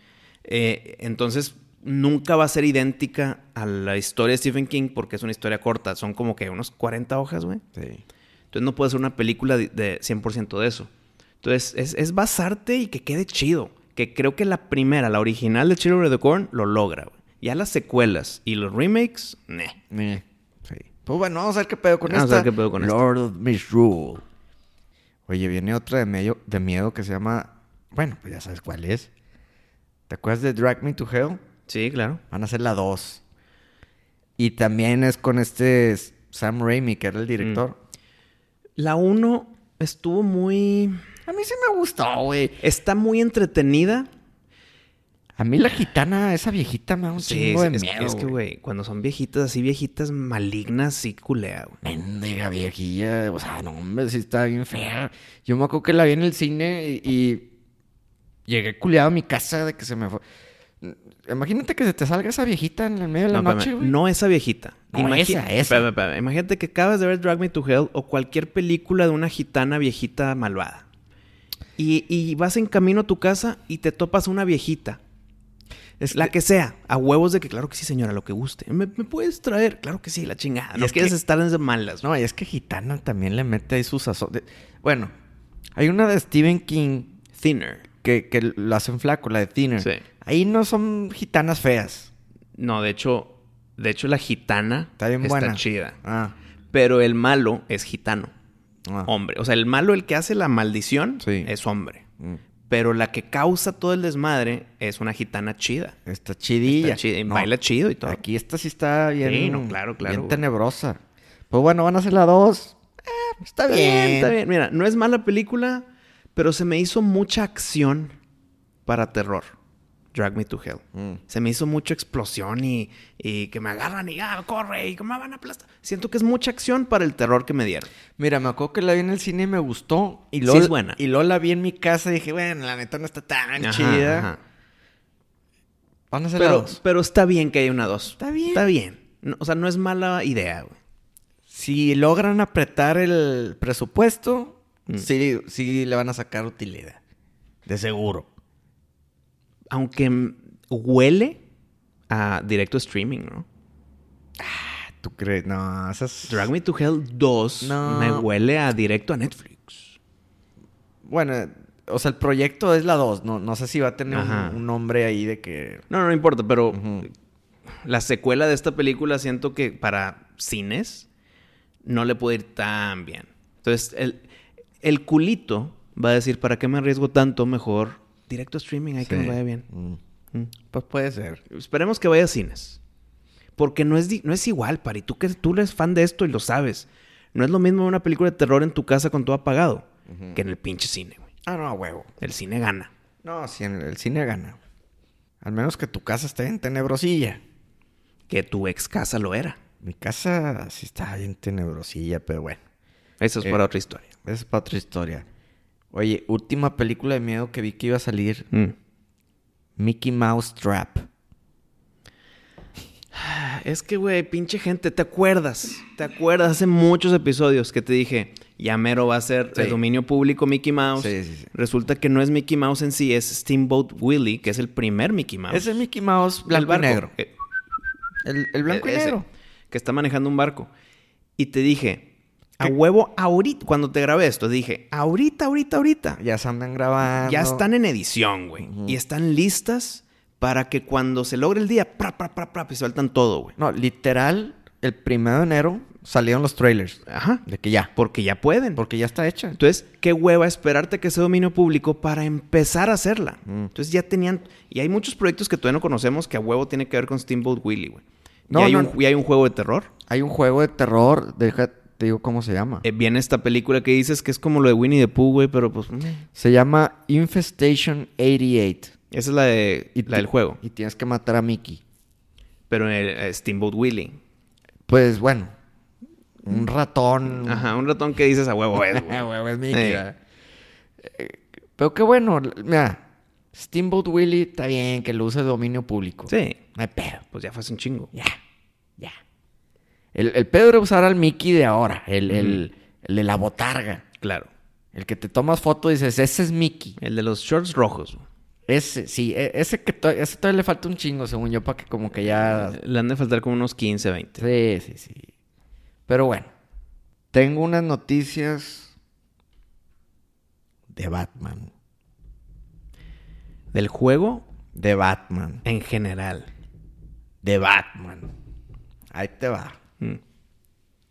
Speaker 1: Eh, entonces, nunca va a ser idéntica a la historia de Stephen King porque es una historia corta. Son como que unos 40 hojas, güey.
Speaker 2: Sí.
Speaker 1: Entonces, no puede ser una película de- de 100% de eso. Entonces, es, es basarte y que quede chido. Que creo que la primera, la original de Children of the Corn, lo logra, güey. Ya las secuelas y los remakes, nah.
Speaker 2: Pues bueno, vamos a ver qué pedo con
Speaker 1: Vamos a
Speaker 2: esta.
Speaker 1: ver qué pedo con esta.
Speaker 2: Lord of Misrule. Oye, viene otra de, medio, de miedo que se llama... Bueno, pues ya sabes cuál es. ¿Te acuerdas de Drag Me to Hell?
Speaker 1: Sí, claro.
Speaker 2: Van a ser la 2. Y también es con este Sam Raimi, que era el director.
Speaker 1: Mm. La 1 estuvo muy...
Speaker 2: A mí sí me gustó, güey.
Speaker 1: Está muy entretenida.
Speaker 2: A mí la gitana, esa viejita me da un
Speaker 1: Sí,
Speaker 2: chingo
Speaker 1: es,
Speaker 2: de
Speaker 1: es-
Speaker 2: miedo.
Speaker 1: es que,
Speaker 2: güey.
Speaker 1: güey, cuando son viejitas, así viejitas malignas, sí culea, güey.
Speaker 2: Mendiga viejilla, o sea, no, hombre, sí está bien fea. Yo me acuerdo que la vi en el cine y, y llegué culiado a mi casa de que se me fue. Imagínate que se te salga esa viejita en el medio de la
Speaker 1: No,
Speaker 2: noche,
Speaker 1: espérame,
Speaker 2: güey.
Speaker 1: no esa viejita.
Speaker 2: No, esa, esa.
Speaker 1: Espérame, espérame. Imagínate que acabas de ver Drag Me to Hell o cualquier película de una gitana viejita malvada. Y, y vas en camino a tu casa y te topas una viejita.
Speaker 2: Es
Speaker 1: La que sea, a huevos de que, claro que sí, señora, lo que guste. ¿Me, me puedes traer? Claro que sí, la chingada.
Speaker 2: Y
Speaker 1: No
Speaker 2: es
Speaker 1: quieres
Speaker 2: que-
Speaker 1: estar en esas malas.
Speaker 2: No, y es que Gitana también le mete ahí sus sazón. de- Bueno, hay una de Stephen King
Speaker 1: Thinner.
Speaker 2: que, que lo hacen flaco, la de Thinner.
Speaker 1: Sí.
Speaker 2: Ahí no son gitanas feas.
Speaker 1: No, de hecho, de hecho la gitana
Speaker 2: Está bien buena.
Speaker 1: chida.
Speaker 2: Ah,
Speaker 1: Pero el malo es gitano,
Speaker 2: ah.
Speaker 1: hombre. O sea, el malo, el que hace la maldición,
Speaker 2: Sí.
Speaker 1: es hombre.
Speaker 2: Mm.
Speaker 1: Pero la que causa todo el desmadre es una gitana chida.
Speaker 2: Está chidilla.
Speaker 1: Está chida, y
Speaker 2: No,
Speaker 1: Baila chido y todo.
Speaker 2: Aquí esta sí está bien.
Speaker 1: Sí, no, claro, claro,
Speaker 2: Bien
Speaker 1: güey.
Speaker 2: tenebrosa. Pues bueno, van a hacer la dos. Eh, está
Speaker 1: Está
Speaker 2: bien.
Speaker 1: bien, está bien. Mira, no es mala película, pero se me hizo mucha acción para terror. Drag Me to Hell.
Speaker 2: Mm.
Speaker 1: Se me hizo mucha explosión y, y que me agarran y ah, corre y que me van a aplastar. Siento que es mucha acción para el terror que me dieron.
Speaker 2: Mira, me acuerdo que la vi en el cine y me gustó. Y
Speaker 1: Sí
Speaker 2: luego,
Speaker 1: es buena.
Speaker 2: Y luego la vi en mi casa y dije, bueno, la neta no está tan
Speaker 1: Ajá,
Speaker 2: chida.
Speaker 1: ajá.
Speaker 2: Van a hacer la
Speaker 1: Pero,
Speaker 2: dos.
Speaker 1: pero está bien que haya una dos.
Speaker 2: Está bien.
Speaker 1: Está bien. No, o sea, no es mala idea, güey.
Speaker 2: Si logran apretar el presupuesto,
Speaker 1: Mm.
Speaker 2: sí, sí le van a sacar utilidad. De seguro.
Speaker 1: Aunque mm, huele a directo streaming, ¿no?
Speaker 2: ¿Tú crees? No, esas...
Speaker 1: Drag Me to Hell 2
Speaker 2: No.
Speaker 1: me huele a directo a Netflix.
Speaker 2: Bueno, o sea, el proyecto es la 2. No, no sé si va a tener
Speaker 1: Ajá.
Speaker 2: un, un nombre ahí de que...
Speaker 1: No, no importa, pero
Speaker 2: Ujú.
Speaker 1: la secuela de esta película siento que para cines no le puede ir tan bien. Entonces, el, el culito va a decir, ¿para qué me arriesgo tanto? Mejor directo a streaming, hay que nos vaya bien.
Speaker 2: Mm.
Speaker 1: Mm.
Speaker 2: Pues puede ser.
Speaker 1: Esperemos que vaya a cines. Porque no es, di- no es igual, Pari. Tú que tú eres fan de esto y lo sabes. No es lo mismo una película de terror en tu casa con todo apagado que en el pinche cine, güey.
Speaker 2: Ah, no, a huevo.
Speaker 1: El cine gana.
Speaker 2: No, si en el cine gana. Al menos que tu casa esté en tenebrosilla.
Speaker 1: Que tu ex casa lo era.
Speaker 2: Mi casa sí está bien tenebrosilla, pero bueno.
Speaker 1: Eso es
Speaker 2: Eh.
Speaker 1: para otra historia.
Speaker 2: Esa es para otra historia. Oye, última película de miedo que vi que iba a salir. Mickey Mouse Trap.
Speaker 1: Ah, Es que, güey, pinche gente, ¿te acuerdas? ¿Te acuerdas? Hace muchos episodios que te dije, ya mero va a ser
Speaker 2: Sí.
Speaker 1: de dominio público Mickey Mouse.
Speaker 2: Sí, sí, sí.
Speaker 1: Resulta que no es Mickey Mouse en sí, es Steamboat Willie, que es el primer Mickey Mouse.
Speaker 2: Ese Mickey Mouse blanco y
Speaker 1: barco.
Speaker 2: negro.
Speaker 1: Eh,
Speaker 2: El, el blanco y
Speaker 1: E-, Ese,
Speaker 2: negro.
Speaker 1: Que está manejando un barco. Y te dije, a huevo, ahorita, cuando te grabé esto, dije, ahorita, ahorita, ahorita.
Speaker 2: Ya se andan grabando.
Speaker 1: Ya están en edición, güey.
Speaker 2: Ujú.
Speaker 1: Y están listas para que cuando se logre el día, pra, pra, pra, pra, y sueltan todo, güey.
Speaker 2: No, literal, el primero de enero salieron los trailers.
Speaker 1: Ajá.
Speaker 2: De que ya.
Speaker 1: Porque ya pueden.
Speaker 2: Porque ya está hecha.
Speaker 1: Entonces, qué hueva esperarte que sea dominio público para empezar a hacerla.
Speaker 2: Mm.
Speaker 1: Entonces ya tenían. Y hay muchos proyectos que todavía no conocemos que a huevo tiene que ver con Steamboat Willie, güey.
Speaker 2: No,
Speaker 1: y, hay
Speaker 2: no,
Speaker 1: un, y hay un juego de terror.
Speaker 2: Hay un juego de terror. Deja, te digo cómo se llama.
Speaker 1: Eh, viene esta película que dices que es como lo de Winnie the Pooh, güey, pero pues. meh.
Speaker 2: Se llama Infestation 88.
Speaker 1: Esa es la, de,
Speaker 2: Y
Speaker 1: la
Speaker 2: ti-
Speaker 1: del juego.
Speaker 2: Y tienes que matar a Mickey.
Speaker 1: Pero en el, eh, Steamboat Willie.
Speaker 2: Pues bueno, un ratón.
Speaker 1: Ajá, un ratón que dices a huevo es, güey.
Speaker 2: Ah, huevo, es Mickey,
Speaker 1: Sí.
Speaker 2: ¿verdad? Eh, Pero qué bueno, l- mira, Steamboat Willie está bien que lo use de dominio público.
Speaker 1: Sí.
Speaker 2: No hay pedo.
Speaker 1: Pues ya fue hace un chingo.
Speaker 2: Ya, ya. El, el pedo era usar al Mickey de ahora, el, el- el de la botarga.
Speaker 1: Claro.
Speaker 2: El que te tomas foto y dices, ese es Mickey.
Speaker 1: El de los shorts rojos. güey.
Speaker 2: Ese, sí, e- ese que to- ese todavía le falta un chingo, según yo, para que como que ya
Speaker 1: Le han de faltar como unos 15, 20.
Speaker 2: Sí, sí, sí. Pero bueno, tengo unas noticias de Batman.
Speaker 1: Del juego
Speaker 2: De Batman.
Speaker 1: en general.
Speaker 2: De Batman. Ahí te va.
Speaker 1: Mm.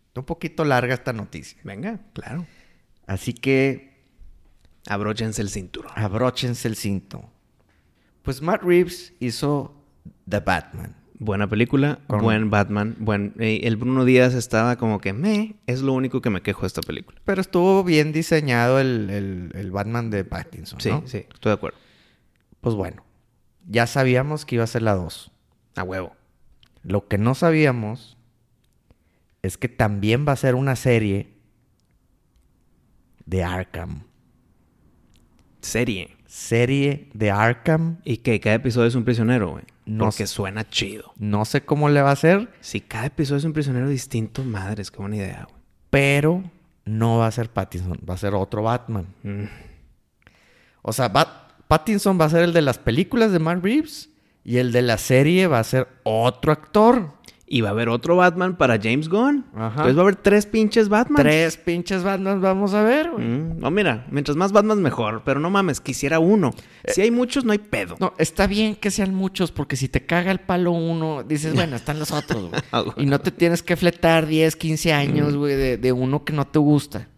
Speaker 2: Está Un poquito larga esta noticia.
Speaker 1: Venga, claro.
Speaker 2: Así que
Speaker 1: Abróchense el cinturón.
Speaker 2: abróchense el cinto. Pues Matt Reeves hizo The Batman.
Speaker 1: Buena película,
Speaker 2: Con-
Speaker 1: buen Batman, buen... eh, el Bruno Díaz estaba como que, me, es lo único que me quejo de esta película.
Speaker 2: Pero estuvo bien diseñado el, el- el Batman de Pattinson.
Speaker 1: Sí,
Speaker 2: ¿no?
Speaker 1: sí, estoy de acuerdo.
Speaker 2: Pues bueno, ya sabíamos que iba a ser la 2.
Speaker 1: A huevo.
Speaker 2: Lo que no sabíamos es que también va a ser una serie de Arkham.
Speaker 1: Serie.
Speaker 2: Serie de Arkham.
Speaker 1: Y que cada episodio es un prisionero, güey.
Speaker 2: No
Speaker 1: Porque
Speaker 2: sé.
Speaker 1: suena chido.
Speaker 2: No sé cómo le va a ser,
Speaker 1: Si cada episodio es un prisionero distinto, madres, qué buena idea, güey.
Speaker 2: pero no va a ser Pattinson, va a ser otro Batman.
Speaker 1: Mm.
Speaker 2: O sea, Bat- Pattinson va a ser el de las películas de Mark Reeves y el de la serie va a ser otro actor.
Speaker 1: Y va a haber otro Batman para James Gunn.
Speaker 2: Ajá.
Speaker 1: Entonces va a haber tres pinches Batman.
Speaker 2: Tres pinches Batman vamos a ver, güey.
Speaker 1: Mm, No, mira, mientras más Batman mejor, pero no mames, quisiera uno. Si hay muchos, no hay pedo.
Speaker 2: No, está bien que sean muchos, porque si te caga el palo uno, dices, bueno, están los otros, güey.
Speaker 1: Ah, güey.
Speaker 2: Y no te tienes que fletar 10, 15 años, güey, de, de uno que no te gusta.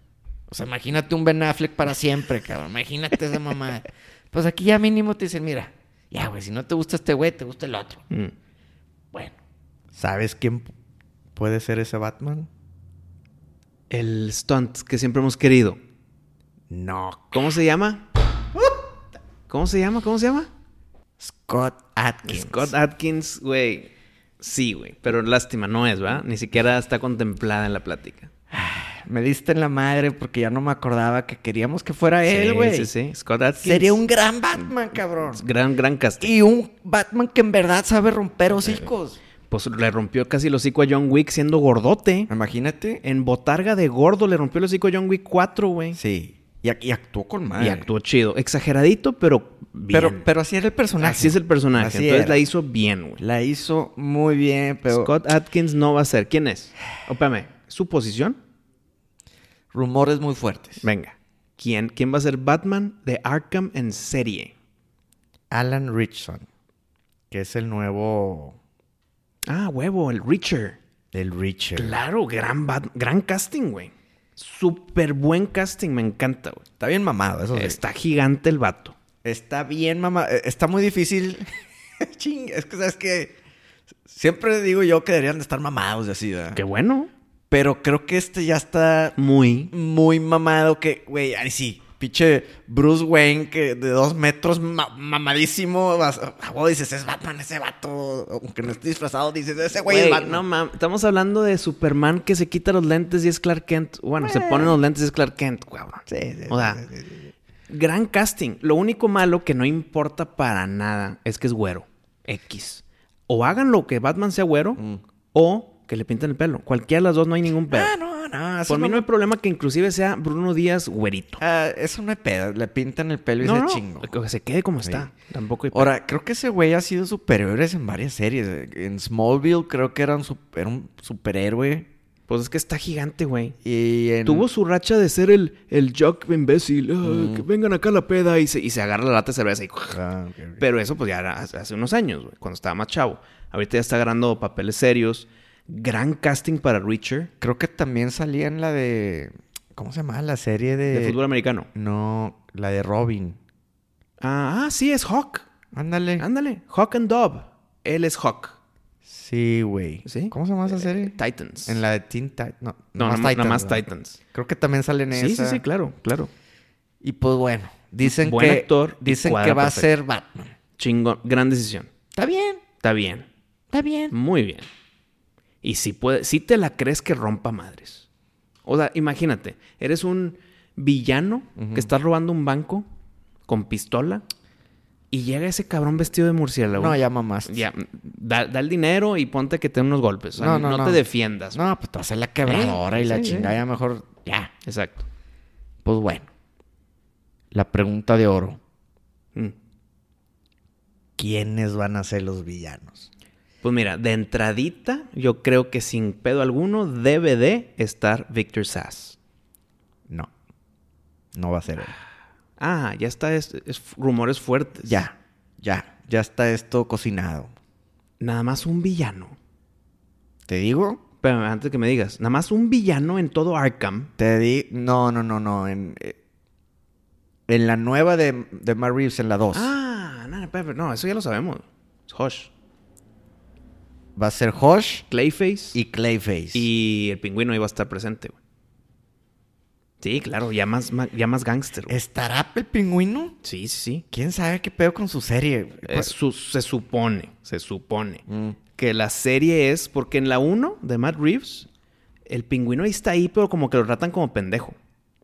Speaker 2: O sea, imagínate un Ben Affleck para siempre, cabrón. Imagínate esa mamada. Pues aquí ya mínimo te dicen, mira, ya, güey, si no te gusta este güey, te gusta el otro.
Speaker 1: Mm.
Speaker 2: Bueno. ¿Sabes quién puede ser ese Batman?
Speaker 1: El stunt que siempre hemos querido.
Speaker 2: No.
Speaker 1: ¿Cómo se llama? ¿Cómo se llama? ¿Cómo se llama?
Speaker 2: Scott Atkins.
Speaker 1: Scott Atkins, güey. Sí, güey. Pero lástima, no es, ¿verdad? Ni siquiera está contemplada en la plática.
Speaker 2: Me diste en la madre porque ya no me acordaba que queríamos que fuera
Speaker 1: Sí,
Speaker 2: él, güey.
Speaker 1: Sí, sí, Scott Atkins.
Speaker 2: Sería un gran Batman, cabrón.
Speaker 1: gran, gran casting.
Speaker 2: Y un Batman que en verdad sabe romper hocicos.
Speaker 1: Pues le rompió casi el hocico a John Wick siendo gordote.
Speaker 2: Ah. Imagínate. eh,
Speaker 1: En botarga de gordo le rompió el hocico a John Wick 4, güey.
Speaker 2: Sí. Y, ac- y actuó con madre.
Speaker 1: Y actuó chido. Exageradito, pero bien.
Speaker 2: Pero, pero así era el personaje.
Speaker 1: Así es el personaje.
Speaker 2: Así
Speaker 1: Entonces
Speaker 2: era.
Speaker 1: la hizo bien, güey.
Speaker 2: La hizo muy bien, pero...
Speaker 1: Scott Atkins no va a ser. ¿Quién es? Ópame, ¿su posición?
Speaker 2: Rumores muy fuertes.
Speaker 1: Venga. ¿Quién, ¿Quién va a ser Batman de Arkham en serie?
Speaker 2: Alan Richson. Que es el nuevo...
Speaker 1: Ah, huevo, el Richard.
Speaker 2: El Richard.
Speaker 1: Claro, gran, Bat- gran casting, güey. Súper buen casting, me encanta, güey.
Speaker 2: Está bien mamado, eso sí.
Speaker 1: Está gigante el vato.
Speaker 2: Está bien mamado. Eh, Está muy difícil. Ching, es que, ¿sabes que Siempre digo yo que deberían de estar mamados y así, ¿verdad?
Speaker 1: Qué bueno.
Speaker 2: Pero creo que este ya está
Speaker 1: Muy.
Speaker 2: muy mamado que, güey, ay sí, pinche Bruce Wayne que de dos metros ma- mamadísimo, vas- ah, vos dices, es Batman ese vato, aunque no esté disfrazado, dices, ese güey es
Speaker 1: Güey,
Speaker 2: Batman.
Speaker 1: no mames. Estamos hablando de Superman que se quita los lentes y es Clark Kent. Bueno, se ponen los lentes y es Clark Kent, cabrón.
Speaker 2: Sí, sí,
Speaker 1: O sea,
Speaker 2: sí, sí,
Speaker 1: gran casting. Lo único malo que no importa para nada es que es güero. X. O hagan lo que Batman sea güero o que le pinten el pelo. Cualquiera de las dos no hay ningún pedo.
Speaker 2: Mm. Ah, no, no, eso
Speaker 1: Por mí
Speaker 2: no,
Speaker 1: no hay problema que inclusive sea Bruno Díaz güerito.
Speaker 2: ah, eso no hay pedo, le pintan el pelo y
Speaker 1: No,
Speaker 2: se
Speaker 1: no,
Speaker 2: chingo.
Speaker 1: que se quede como está. Tampoco hay pedo.
Speaker 2: Ahora, creo que ese güey ha sido superhéroes en varias series. En Smallville creo que era un, sup- era un superhéroe.
Speaker 1: Pues es que está gigante, güey.
Speaker 2: Y en...
Speaker 1: Tuvo su racha de ser el, el jock imbécil. Ah, Que vengan acá a la peda y se, y se agarra la lata de cerveza y...
Speaker 2: Ah, ok, ok.
Speaker 1: Pero eso pues ya era hace hace unos años, güey, cuando estaba más chavo. Ahorita ya está agarrando papeles serios. Gran casting para Richard
Speaker 2: Creo que también salía en la de... ¿Cómo se llama? La serie de...
Speaker 1: de fútbol americano.
Speaker 2: No, la de Robin.
Speaker 1: Ah, ah, sí, es Hawk.
Speaker 2: Ándale.
Speaker 1: Ándale, Hawk and Dove. Él es Hawk.
Speaker 2: Sí, güey.
Speaker 1: ¿Sí?
Speaker 2: ¿Cómo se llama esa serie?
Speaker 1: Titans.
Speaker 2: en la de Teen Titans. No,
Speaker 1: No, nada más
Speaker 2: nomás
Speaker 1: Titans.
Speaker 2: ¿verdad? Creo que también salen en
Speaker 1: Sí, sí,
Speaker 2: esa.
Speaker 1: sí, claro, claro.
Speaker 2: Y pues bueno, dicen
Speaker 1: Buen
Speaker 2: que
Speaker 1: actor y
Speaker 2: dicen
Speaker 1: cuadra
Speaker 2: que va a
Speaker 1: perfecto.
Speaker 2: ser Batman.
Speaker 1: Chingón. Gran decisión.
Speaker 2: Está bien,
Speaker 1: Está bien.
Speaker 2: está bien.
Speaker 1: Muy bien. Y si puede, si te la crees que rompa madres. O sea, imagínate, eres un villano que está robando un banco con pistola y llega ese cabrón vestido de murciélago.
Speaker 2: No, ya mamás.
Speaker 1: Ya, da, da el dinero y ponte que te den unos golpes. O sea,
Speaker 2: No,
Speaker 1: no,
Speaker 2: no, no.
Speaker 1: te defiendas.
Speaker 2: No, pues te va a hacer la quebradora
Speaker 1: Eh,
Speaker 2: y la
Speaker 1: sí, sí.
Speaker 2: chingada, ya mejor. Ya.
Speaker 1: Exacto.
Speaker 2: Pues bueno. La pregunta de oro.
Speaker 1: Mm.
Speaker 2: ¿Quiénes van a ser los villanos?
Speaker 1: Pues mira, de entradita, yo creo que sin pedo alguno debe de estar Victor Sass.
Speaker 2: No. No va a ser él.
Speaker 1: Ah, ya está, es- es rumores fuertes.
Speaker 2: Ya, ya, ya está esto cocinado.
Speaker 1: Nada más un villano.
Speaker 2: ¿Te digo?
Speaker 1: Pero antes que me digas, nada más un villano en todo Arkham.
Speaker 2: Te di... No, no, no, no. En, eh, en la nueva de, de Matt Reeves, en la 2,
Speaker 1: Ah, no, no, espera, no, eso ya lo sabemos. Es Hush.
Speaker 2: va a ser Hosh
Speaker 1: Clayface y,
Speaker 2: y Clayface.
Speaker 1: el pingüino iba a estar presente, güey. Sí, claro, ya más, ma- ya más gángster. güey.
Speaker 2: ¿Estará el pingüino?
Speaker 1: Sí, sí, sí.
Speaker 2: ¿Quién sabe qué pedo con su serie? güey?
Speaker 1: Es su- se supone, se supone
Speaker 2: Mm.
Speaker 1: que la serie es porque en la 1 de Matt Reeves, el pingüino ahí está ahí, pero como que lo tratan como pendejo.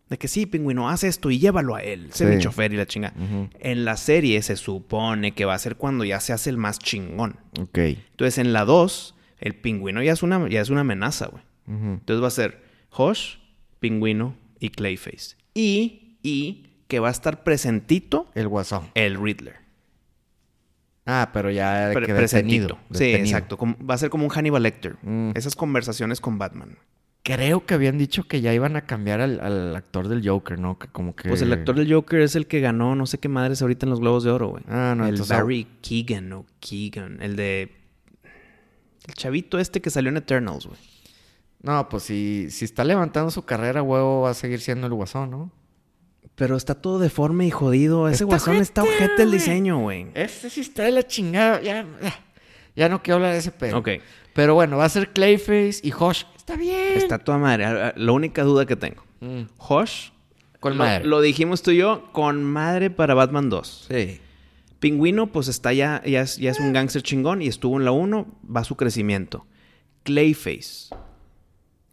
Speaker 1: De que sí, pingüino, haz esto y llévalo a él. Sé
Speaker 2: Sí.
Speaker 1: mi chofer y la chinga.
Speaker 2: Ujú.
Speaker 1: En la serie se supone que va a ser cuando ya se hace el más chingón.
Speaker 2: Ok.
Speaker 1: Entonces en la 2, el pingüino ya es una, ya es una amenaza, güey.
Speaker 2: Ujú.
Speaker 1: Entonces va a ser Hosh, Pingüino y Clayface. Y, y que va a estar presentito
Speaker 2: El guasón.
Speaker 1: el Riddler.
Speaker 2: Ah, pero ya de
Speaker 1: Pre-
Speaker 2: que
Speaker 1: presentito.
Speaker 2: detenido.
Speaker 1: Sí,
Speaker 2: detenido.
Speaker 1: exacto. Como- va a ser como un Hannibal Lecter.
Speaker 2: Mm.
Speaker 1: Esas conversaciones con Batman.
Speaker 2: Creo que habían dicho que ya iban a cambiar al, al actor del Joker, ¿no? Que como que...
Speaker 1: Pues el actor del Joker es el que ganó no sé qué madres ahorita en los Globos de Oro, güey.
Speaker 2: Ah, no,
Speaker 1: El
Speaker 2: entonces-
Speaker 1: Barry Keegan o Keegan. El de... El chavito este que salió en Eternals, güey.
Speaker 2: No, pues si, si está levantando su carrera, huevo, va a seguir siendo el guasón, ¿no?
Speaker 1: Pero está todo deforme y jodido. Ese
Speaker 2: Está
Speaker 1: guasón está
Speaker 2: ojete,
Speaker 1: ojete el
Speaker 2: güey.
Speaker 1: diseño, güey. Eh,
Speaker 2: Este sí está de la chingada. Ya, ya, ya no quiero hablar de ese pedo.
Speaker 1: Ok.
Speaker 2: Pero bueno, va a ser Clayface y Josh. Está bien.
Speaker 1: Está toda madre. A- a- La única duda que tengo.
Speaker 2: Mm.
Speaker 1: Hosh.
Speaker 2: Con
Speaker 1: lo,
Speaker 2: madre.
Speaker 1: Lo dijimos tú y yo, con madre para Batman 2.
Speaker 2: Sí.
Speaker 1: Pingüino, pues está ya, ya es, ya es un gángster chingón y estuvo en la 1, va su crecimiento. Clayface.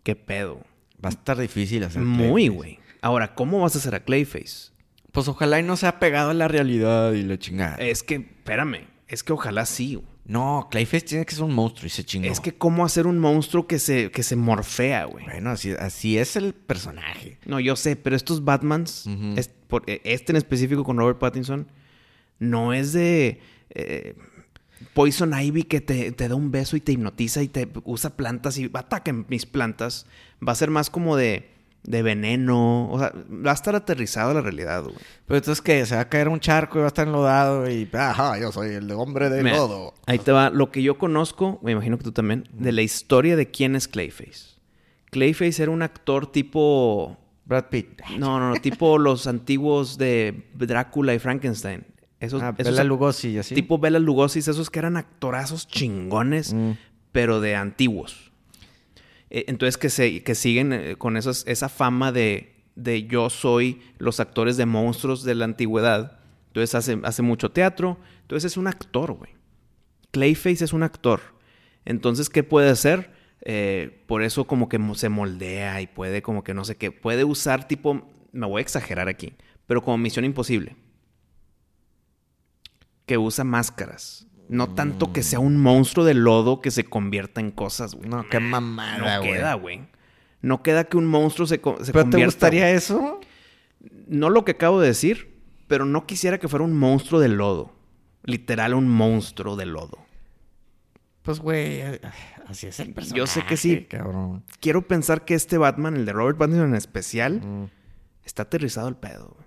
Speaker 1: ¿Qué pedo?
Speaker 2: Va a estar difícil hacer
Speaker 1: Muy,
Speaker 2: Clayface.
Speaker 1: güey. Ahora, ¿cómo vas a hacer a Clayface?
Speaker 2: Pues ojalá y no sea pegado a la realidad y la chingada.
Speaker 1: Es que, espérame, es que ojalá sí. güey.
Speaker 2: No, Clayface tiene que ser un monstruo y se chingó.
Speaker 1: Es que, ¿cómo hacer un monstruo que se, que se morfea, güey?
Speaker 2: Bueno, así, así es el personaje.
Speaker 1: No, yo sé, pero estos Batmans,
Speaker 2: Ujú.
Speaker 1: es- por- eh, este en específico con Robert Pattinson, no es de eh, Poison Ivy que te, te da un beso y te hipnotiza y te usa plantas y ataquen mis plantas. Va a ser más como de, de veneno. O sea, va a estar aterrizado a la realidad, güey.
Speaker 2: Pero entonces que se va a caer a un charco y va a estar enlodado y ajá, yo soy el hombre de
Speaker 1: Mira,
Speaker 2: lodo.
Speaker 1: Ahí te va. Lo que yo conozco, me imagino que tú también, de la historia de quién es Clayface. Clayface era un actor tipo
Speaker 2: Brad Pitt.
Speaker 1: No, no, no, tipo los antiguos de Drácula y Frankenstein. Esos,
Speaker 2: ah,
Speaker 1: esos
Speaker 2: Bela Lugosi y así.
Speaker 1: tipo Bela Lugosi, esos que eran actorazos chingones,
Speaker 2: Mm.
Speaker 1: pero de antiguos. Eh, Entonces que, se, que siguen eh, con esas, esa fama de, de yo soy los actores de monstruos de la antigüedad. Entonces hace, hace mucho teatro. Entonces es un actor, güey. Clayface es un actor. Entonces, ¿qué puede hacer? Eh, por eso como que mo- se moldea y puede como que no sé qué. Puede usar tipo, me voy a exagerar aquí, pero como Misión Imposible. Que usa máscaras. No tanto que sea un monstruo de lodo que se convierta en cosas, güey.
Speaker 2: Mm. No, qué mamada,
Speaker 1: No
Speaker 2: güey.
Speaker 1: queda, Ah, güey. No queda que un monstruo se, co- se
Speaker 2: ¿Pero te
Speaker 1: convierta.
Speaker 2: gustaría
Speaker 1: güey.
Speaker 2: eso?
Speaker 1: No lo que acabo de decir, pero no quisiera que fuera un monstruo de lodo. Literal, un monstruo de lodo.
Speaker 2: Pues, güey, eh, así es el personaje.
Speaker 1: Yo sé que sí.
Speaker 2: Cabrón.
Speaker 1: quiero pensar que este Batman, el de Robert Pattinson en especial,
Speaker 2: Mm.
Speaker 1: está aterrizado al pedo. güey.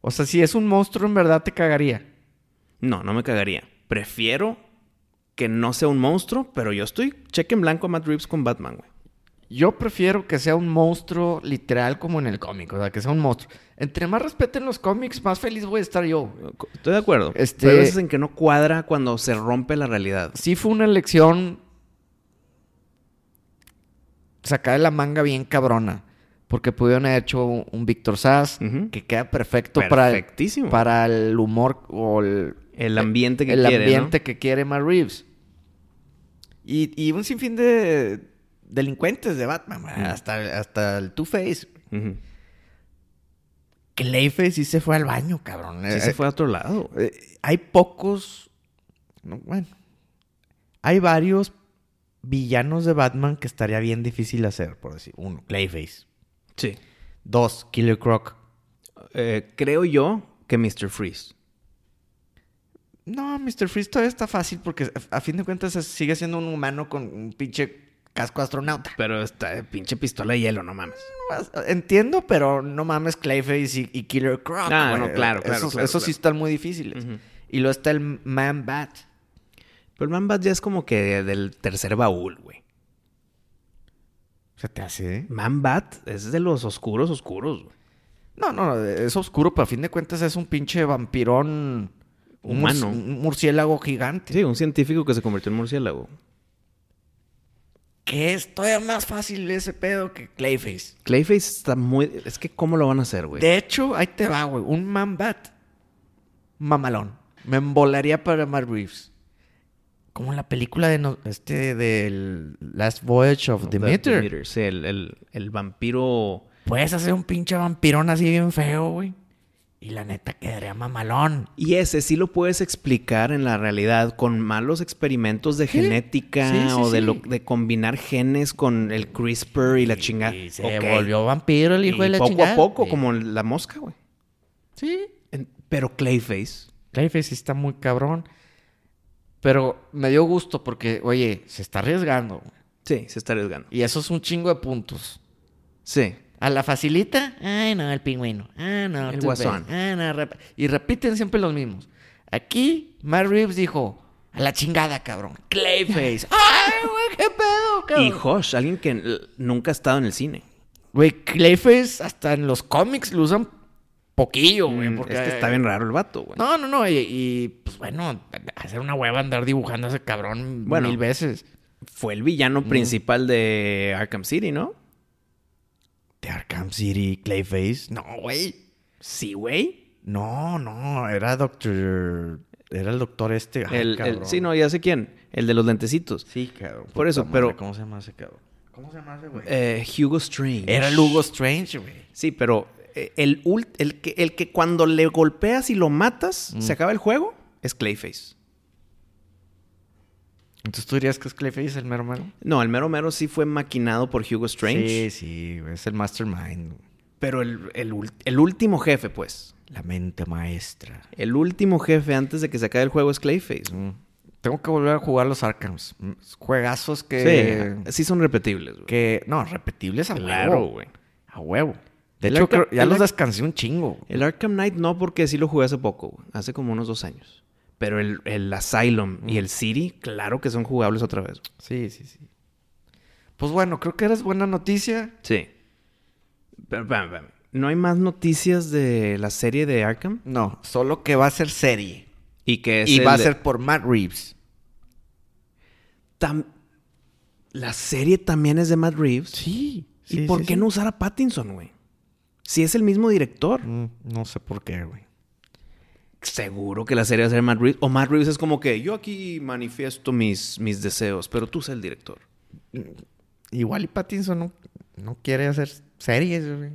Speaker 2: O sea, si es un monstruo, en verdad te cagaría.
Speaker 1: No, no me cagaría. Prefiero que no sea un monstruo, pero yo estoy cheque en blanco a Matt Reeves con Batman, güey.
Speaker 2: Yo prefiero que sea un monstruo literal como en el cómic, o sea, que sea un monstruo. Entre más respeten los cómics, más feliz voy a estar yo.
Speaker 1: Estoy de acuerdo.
Speaker 2: Este-
Speaker 1: Pero hay veces en que no cuadra cuando se rompe la realidad.
Speaker 2: Sí fue una elección sacada de la manga bien cabrona, porque pudieron haber hecho un, un Víctor Sass
Speaker 1: Ujú.
Speaker 2: que queda perfecto para el,
Speaker 1: Perfectísimo.
Speaker 2: para el humor o el,
Speaker 1: El ambiente que
Speaker 2: el
Speaker 1: quiere,
Speaker 2: ambiente
Speaker 1: ¿no?
Speaker 2: que quiere Matt Reeves. Y, y un sinfín de delincuentes de Batman, güey, hasta, hasta el Two-Face.
Speaker 1: Ujú.
Speaker 2: Clayface sí se fue al baño, cabrón.
Speaker 1: Sí
Speaker 2: Eh,
Speaker 1: se fue a otro lado. güey.
Speaker 2: eh, hay pocos. no, bueno. Hay varios villanos de Batman que estaría bien difícil hacer, por decir. Uno, Clayface.
Speaker 1: Sí.
Speaker 2: Dos, Killer Croc.
Speaker 1: Eh, creo yo que Mr. Freeze.
Speaker 2: No, Mr. Freeze todavía está fácil porque a a fin de cuentas es- sigue siendo un humano con un pinche casco astronauta.
Speaker 1: Pero está de pinche pistola de hielo, no mames.
Speaker 2: Entiendo, pero no mames Clayface y, y Killer Croc.
Speaker 1: Ah,
Speaker 2: güey.
Speaker 1: no, claro, claro,
Speaker 2: Esos,
Speaker 1: claro,
Speaker 2: esos sí
Speaker 1: claro.
Speaker 2: están muy difíciles.
Speaker 1: Ujú.
Speaker 2: Y luego está el Man Bat.
Speaker 1: Pero el Man Bat ya es como que del tercer baúl, güey.
Speaker 2: Se te hace, ¿eh?
Speaker 1: Man Bat es de los oscuros, oscuros, güey.
Speaker 2: No, no, no, es oscuro, pero a fin de cuentas es un pinche vampirón. Un
Speaker 1: Humano.
Speaker 2: murci- un murciélago gigante.
Speaker 1: Sí, un científico que se convirtió en murciélago.
Speaker 2: que es todavía más fácil ese pedo que Clayface.
Speaker 1: Clayface está muy. Es que, ¿cómo lo van a hacer, güey?
Speaker 2: De hecho, ahí te va, güey. Un man bat. Mamalón. Me embolaría para Matt Reeves. Como en la película de no- este del Last Voyage of
Speaker 1: The
Speaker 2: Demeter.
Speaker 1: Demeter, sí, el, el- el vampiro.
Speaker 2: Puedes hacer un pinche vampirón así bien feo, güey. Y la neta quedaría mamalón.
Speaker 1: Y ese sí lo puedes explicar en la realidad con malos experimentos de
Speaker 2: Sí.
Speaker 1: genética
Speaker 2: Sí, sí,
Speaker 1: o de,
Speaker 2: sí.
Speaker 1: lo- de combinar genes con el CRISPR y la chingada.
Speaker 2: Y se
Speaker 1: Ok.
Speaker 2: volvió vampiro el hijo
Speaker 1: Y
Speaker 2: de la
Speaker 1: poco
Speaker 2: chingada.
Speaker 1: a poco,
Speaker 2: Sí.
Speaker 1: como la mosca, güey.
Speaker 2: Sí.
Speaker 1: En- Pero Clayface.
Speaker 2: Clayface sí está muy cabrón. Pero me dio gusto porque, oye, se está arriesgando. güey.
Speaker 1: Sí, se está arriesgando.
Speaker 2: Y eso es un chingo de puntos.
Speaker 1: Sí.
Speaker 2: A la facilita, ay no, el pingüino, ah no,
Speaker 1: El
Speaker 2: Two-Face.
Speaker 1: guasón.
Speaker 2: Ah, no, rep- y repiten siempre los mismos. Aquí, Matt Reeves dijo, a la chingada, cabrón, Clayface, ay, güey, qué pedo, cabrón.
Speaker 1: Y Josh, alguien que l- nunca ha estado en el cine.
Speaker 2: Güey, Clayface hasta en los cómics lo usan poquillo, güey,
Speaker 1: Mm,
Speaker 2: porque
Speaker 1: es que está bien raro el vato, güey.
Speaker 2: No, no, no, y, y, pues bueno, hacer una hueva andar dibujando a ese cabrón
Speaker 1: Bueno.
Speaker 2: mil veces.
Speaker 1: Fue el villano
Speaker 2: Mm.
Speaker 1: principal de Arkham City, ¿no?
Speaker 2: De Arkham City, Clayface, no, güey.
Speaker 1: Sí, güey.
Speaker 2: No, no, era doctor. Era el doctor este. Ay,
Speaker 1: El, el-
Speaker 2: cabrón.
Speaker 1: sí, no, ya sé quién. El de los lentecitos.
Speaker 2: Sí, cabrón.
Speaker 1: Por
Speaker 2: puta
Speaker 1: eso,
Speaker 2: madre,
Speaker 1: pero-
Speaker 2: ¿Cómo se llama ese cabrón? ¿Cómo se llama ese güey?
Speaker 1: Eh, Hugo Strange.
Speaker 2: era Lugo Strange, güey.
Speaker 1: Sí, pero eh, el, ult- el, que, el que cuando le golpeas y lo matas, se acaba el juego, es Clayface.
Speaker 2: Entonces tú dirías que es Clayface el mero mero.
Speaker 1: No, el mero mero sí fue maquinado por Hugo Strange.
Speaker 2: Sí, sí, güey, es el mastermind.
Speaker 1: Pero el, el ul- el último jefe, pues.
Speaker 2: La mente maestra.
Speaker 1: El último jefe antes de que se acabe el juego es Clayface.
Speaker 2: Mm. Tengo que volver a jugar los Arkhams. Mm, Juegazos que.
Speaker 1: Sí, sí son repetibles, güey.
Speaker 2: que. No, repetibles a huevo.
Speaker 1: güey.
Speaker 2: A huevo. De
Speaker 1: El
Speaker 2: hecho,
Speaker 1: Arkham-
Speaker 2: creo- ya
Speaker 1: el
Speaker 2: los
Speaker 1: Ar-
Speaker 2: descansé un chingo.
Speaker 1: El Arkham Knight no, porque sí lo jugué hace poco, güey. Hace como unos dos años. Pero el, el Asylum y el City, claro que son jugables otra vez. güey.
Speaker 2: Sí, sí, sí. Pues bueno, creo que eres buena noticia.
Speaker 1: Sí. Pero, espérame, espérame. ¿No hay más noticias de la serie de Arkham?
Speaker 2: No, solo que va a ser serie.
Speaker 1: Y que es
Speaker 2: Y
Speaker 1: el
Speaker 2: va a
Speaker 1: de-
Speaker 2: ser por Matt Reeves.
Speaker 1: tam- La serie también es de Matt Reeves.
Speaker 2: Sí.
Speaker 1: ¿Y por qué no usar a Pattinson, güey? Si es el mismo director.
Speaker 2: Mm, no sé por qué, güey.
Speaker 1: Seguro que la serie va a ser Matt Reeves. O Matt Reeves es como que yo aquí manifiesto mis, mis deseos, pero tú sé el director.
Speaker 2: Igual y Pattinson no, no quiere hacer series, güey.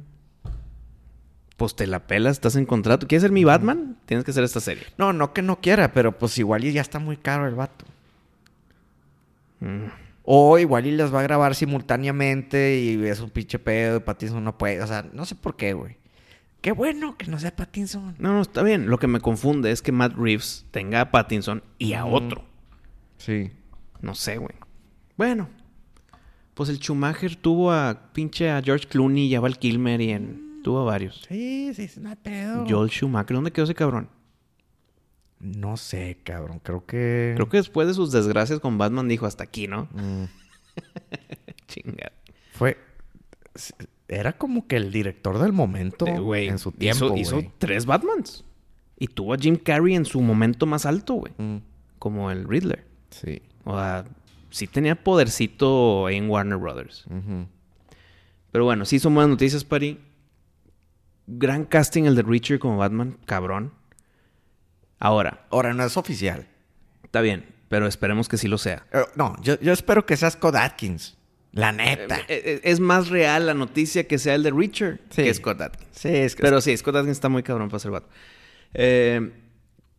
Speaker 1: Pues te la pelas, estás en contrato. ¿Quieres ser mi Batman? Tienes que hacer esta serie.
Speaker 2: No, no que no quiera, pero pues igual y ya está muy caro el vato.
Speaker 1: Mm.
Speaker 2: O igual y las va a grabar simultáneamente y es un pinche pedo y Pattinson no puede. O sea, no sé por qué, güey. Qué bueno que no sea Pattinson.
Speaker 1: No, no, está bien. Lo que me confunde es que Matt Reeves tenga a Pattinson y a
Speaker 2: Ujú.
Speaker 1: otro.
Speaker 2: Sí.
Speaker 1: No sé, güey. Bueno, pues el Schumacher tuvo a pinche a George Clooney y a Val Kilmer y en, tuvo a varios.
Speaker 2: Sí, sí, sí, no hay pedo.
Speaker 1: Joel Schumacher, ¿dónde quedó ese cabrón?
Speaker 2: No sé, cabrón. Creo que.
Speaker 1: Creo que después de sus desgracias con Batman dijo hasta aquí, ¿no?
Speaker 2: Mm.
Speaker 1: Chingada.
Speaker 2: Fue. s- Era como que el director del momento
Speaker 1: Eh, güey,
Speaker 2: en su
Speaker 1: hizo-
Speaker 2: tiempo.
Speaker 1: Hizo,
Speaker 2: güey.
Speaker 1: tres Batmans. Y tuvo a Jim Carrey en su momento más alto, güey.
Speaker 2: Mm,
Speaker 1: Como el Riddler.
Speaker 2: sí.
Speaker 1: O sea, sí tenía podercito ahí en Warner Brothers.
Speaker 2: Ujú.
Speaker 1: Pero bueno, sí son buenas noticias, Pari. Gran casting el de Richard como Batman, cabrón. Ahora,
Speaker 2: Ahora no es oficial.
Speaker 1: está bien, pero esperemos que sí lo sea.
Speaker 2: Eh, no, yo, yo espero que seas Scott Atkins. La neta.
Speaker 1: Eh, eh, Es más real la noticia que sea el de Richard
Speaker 2: Sí.
Speaker 1: que Scott Atkins.
Speaker 2: sí, es que.
Speaker 1: Pero sí, Scott Atkins está muy cabrón para ser Batman. Eh,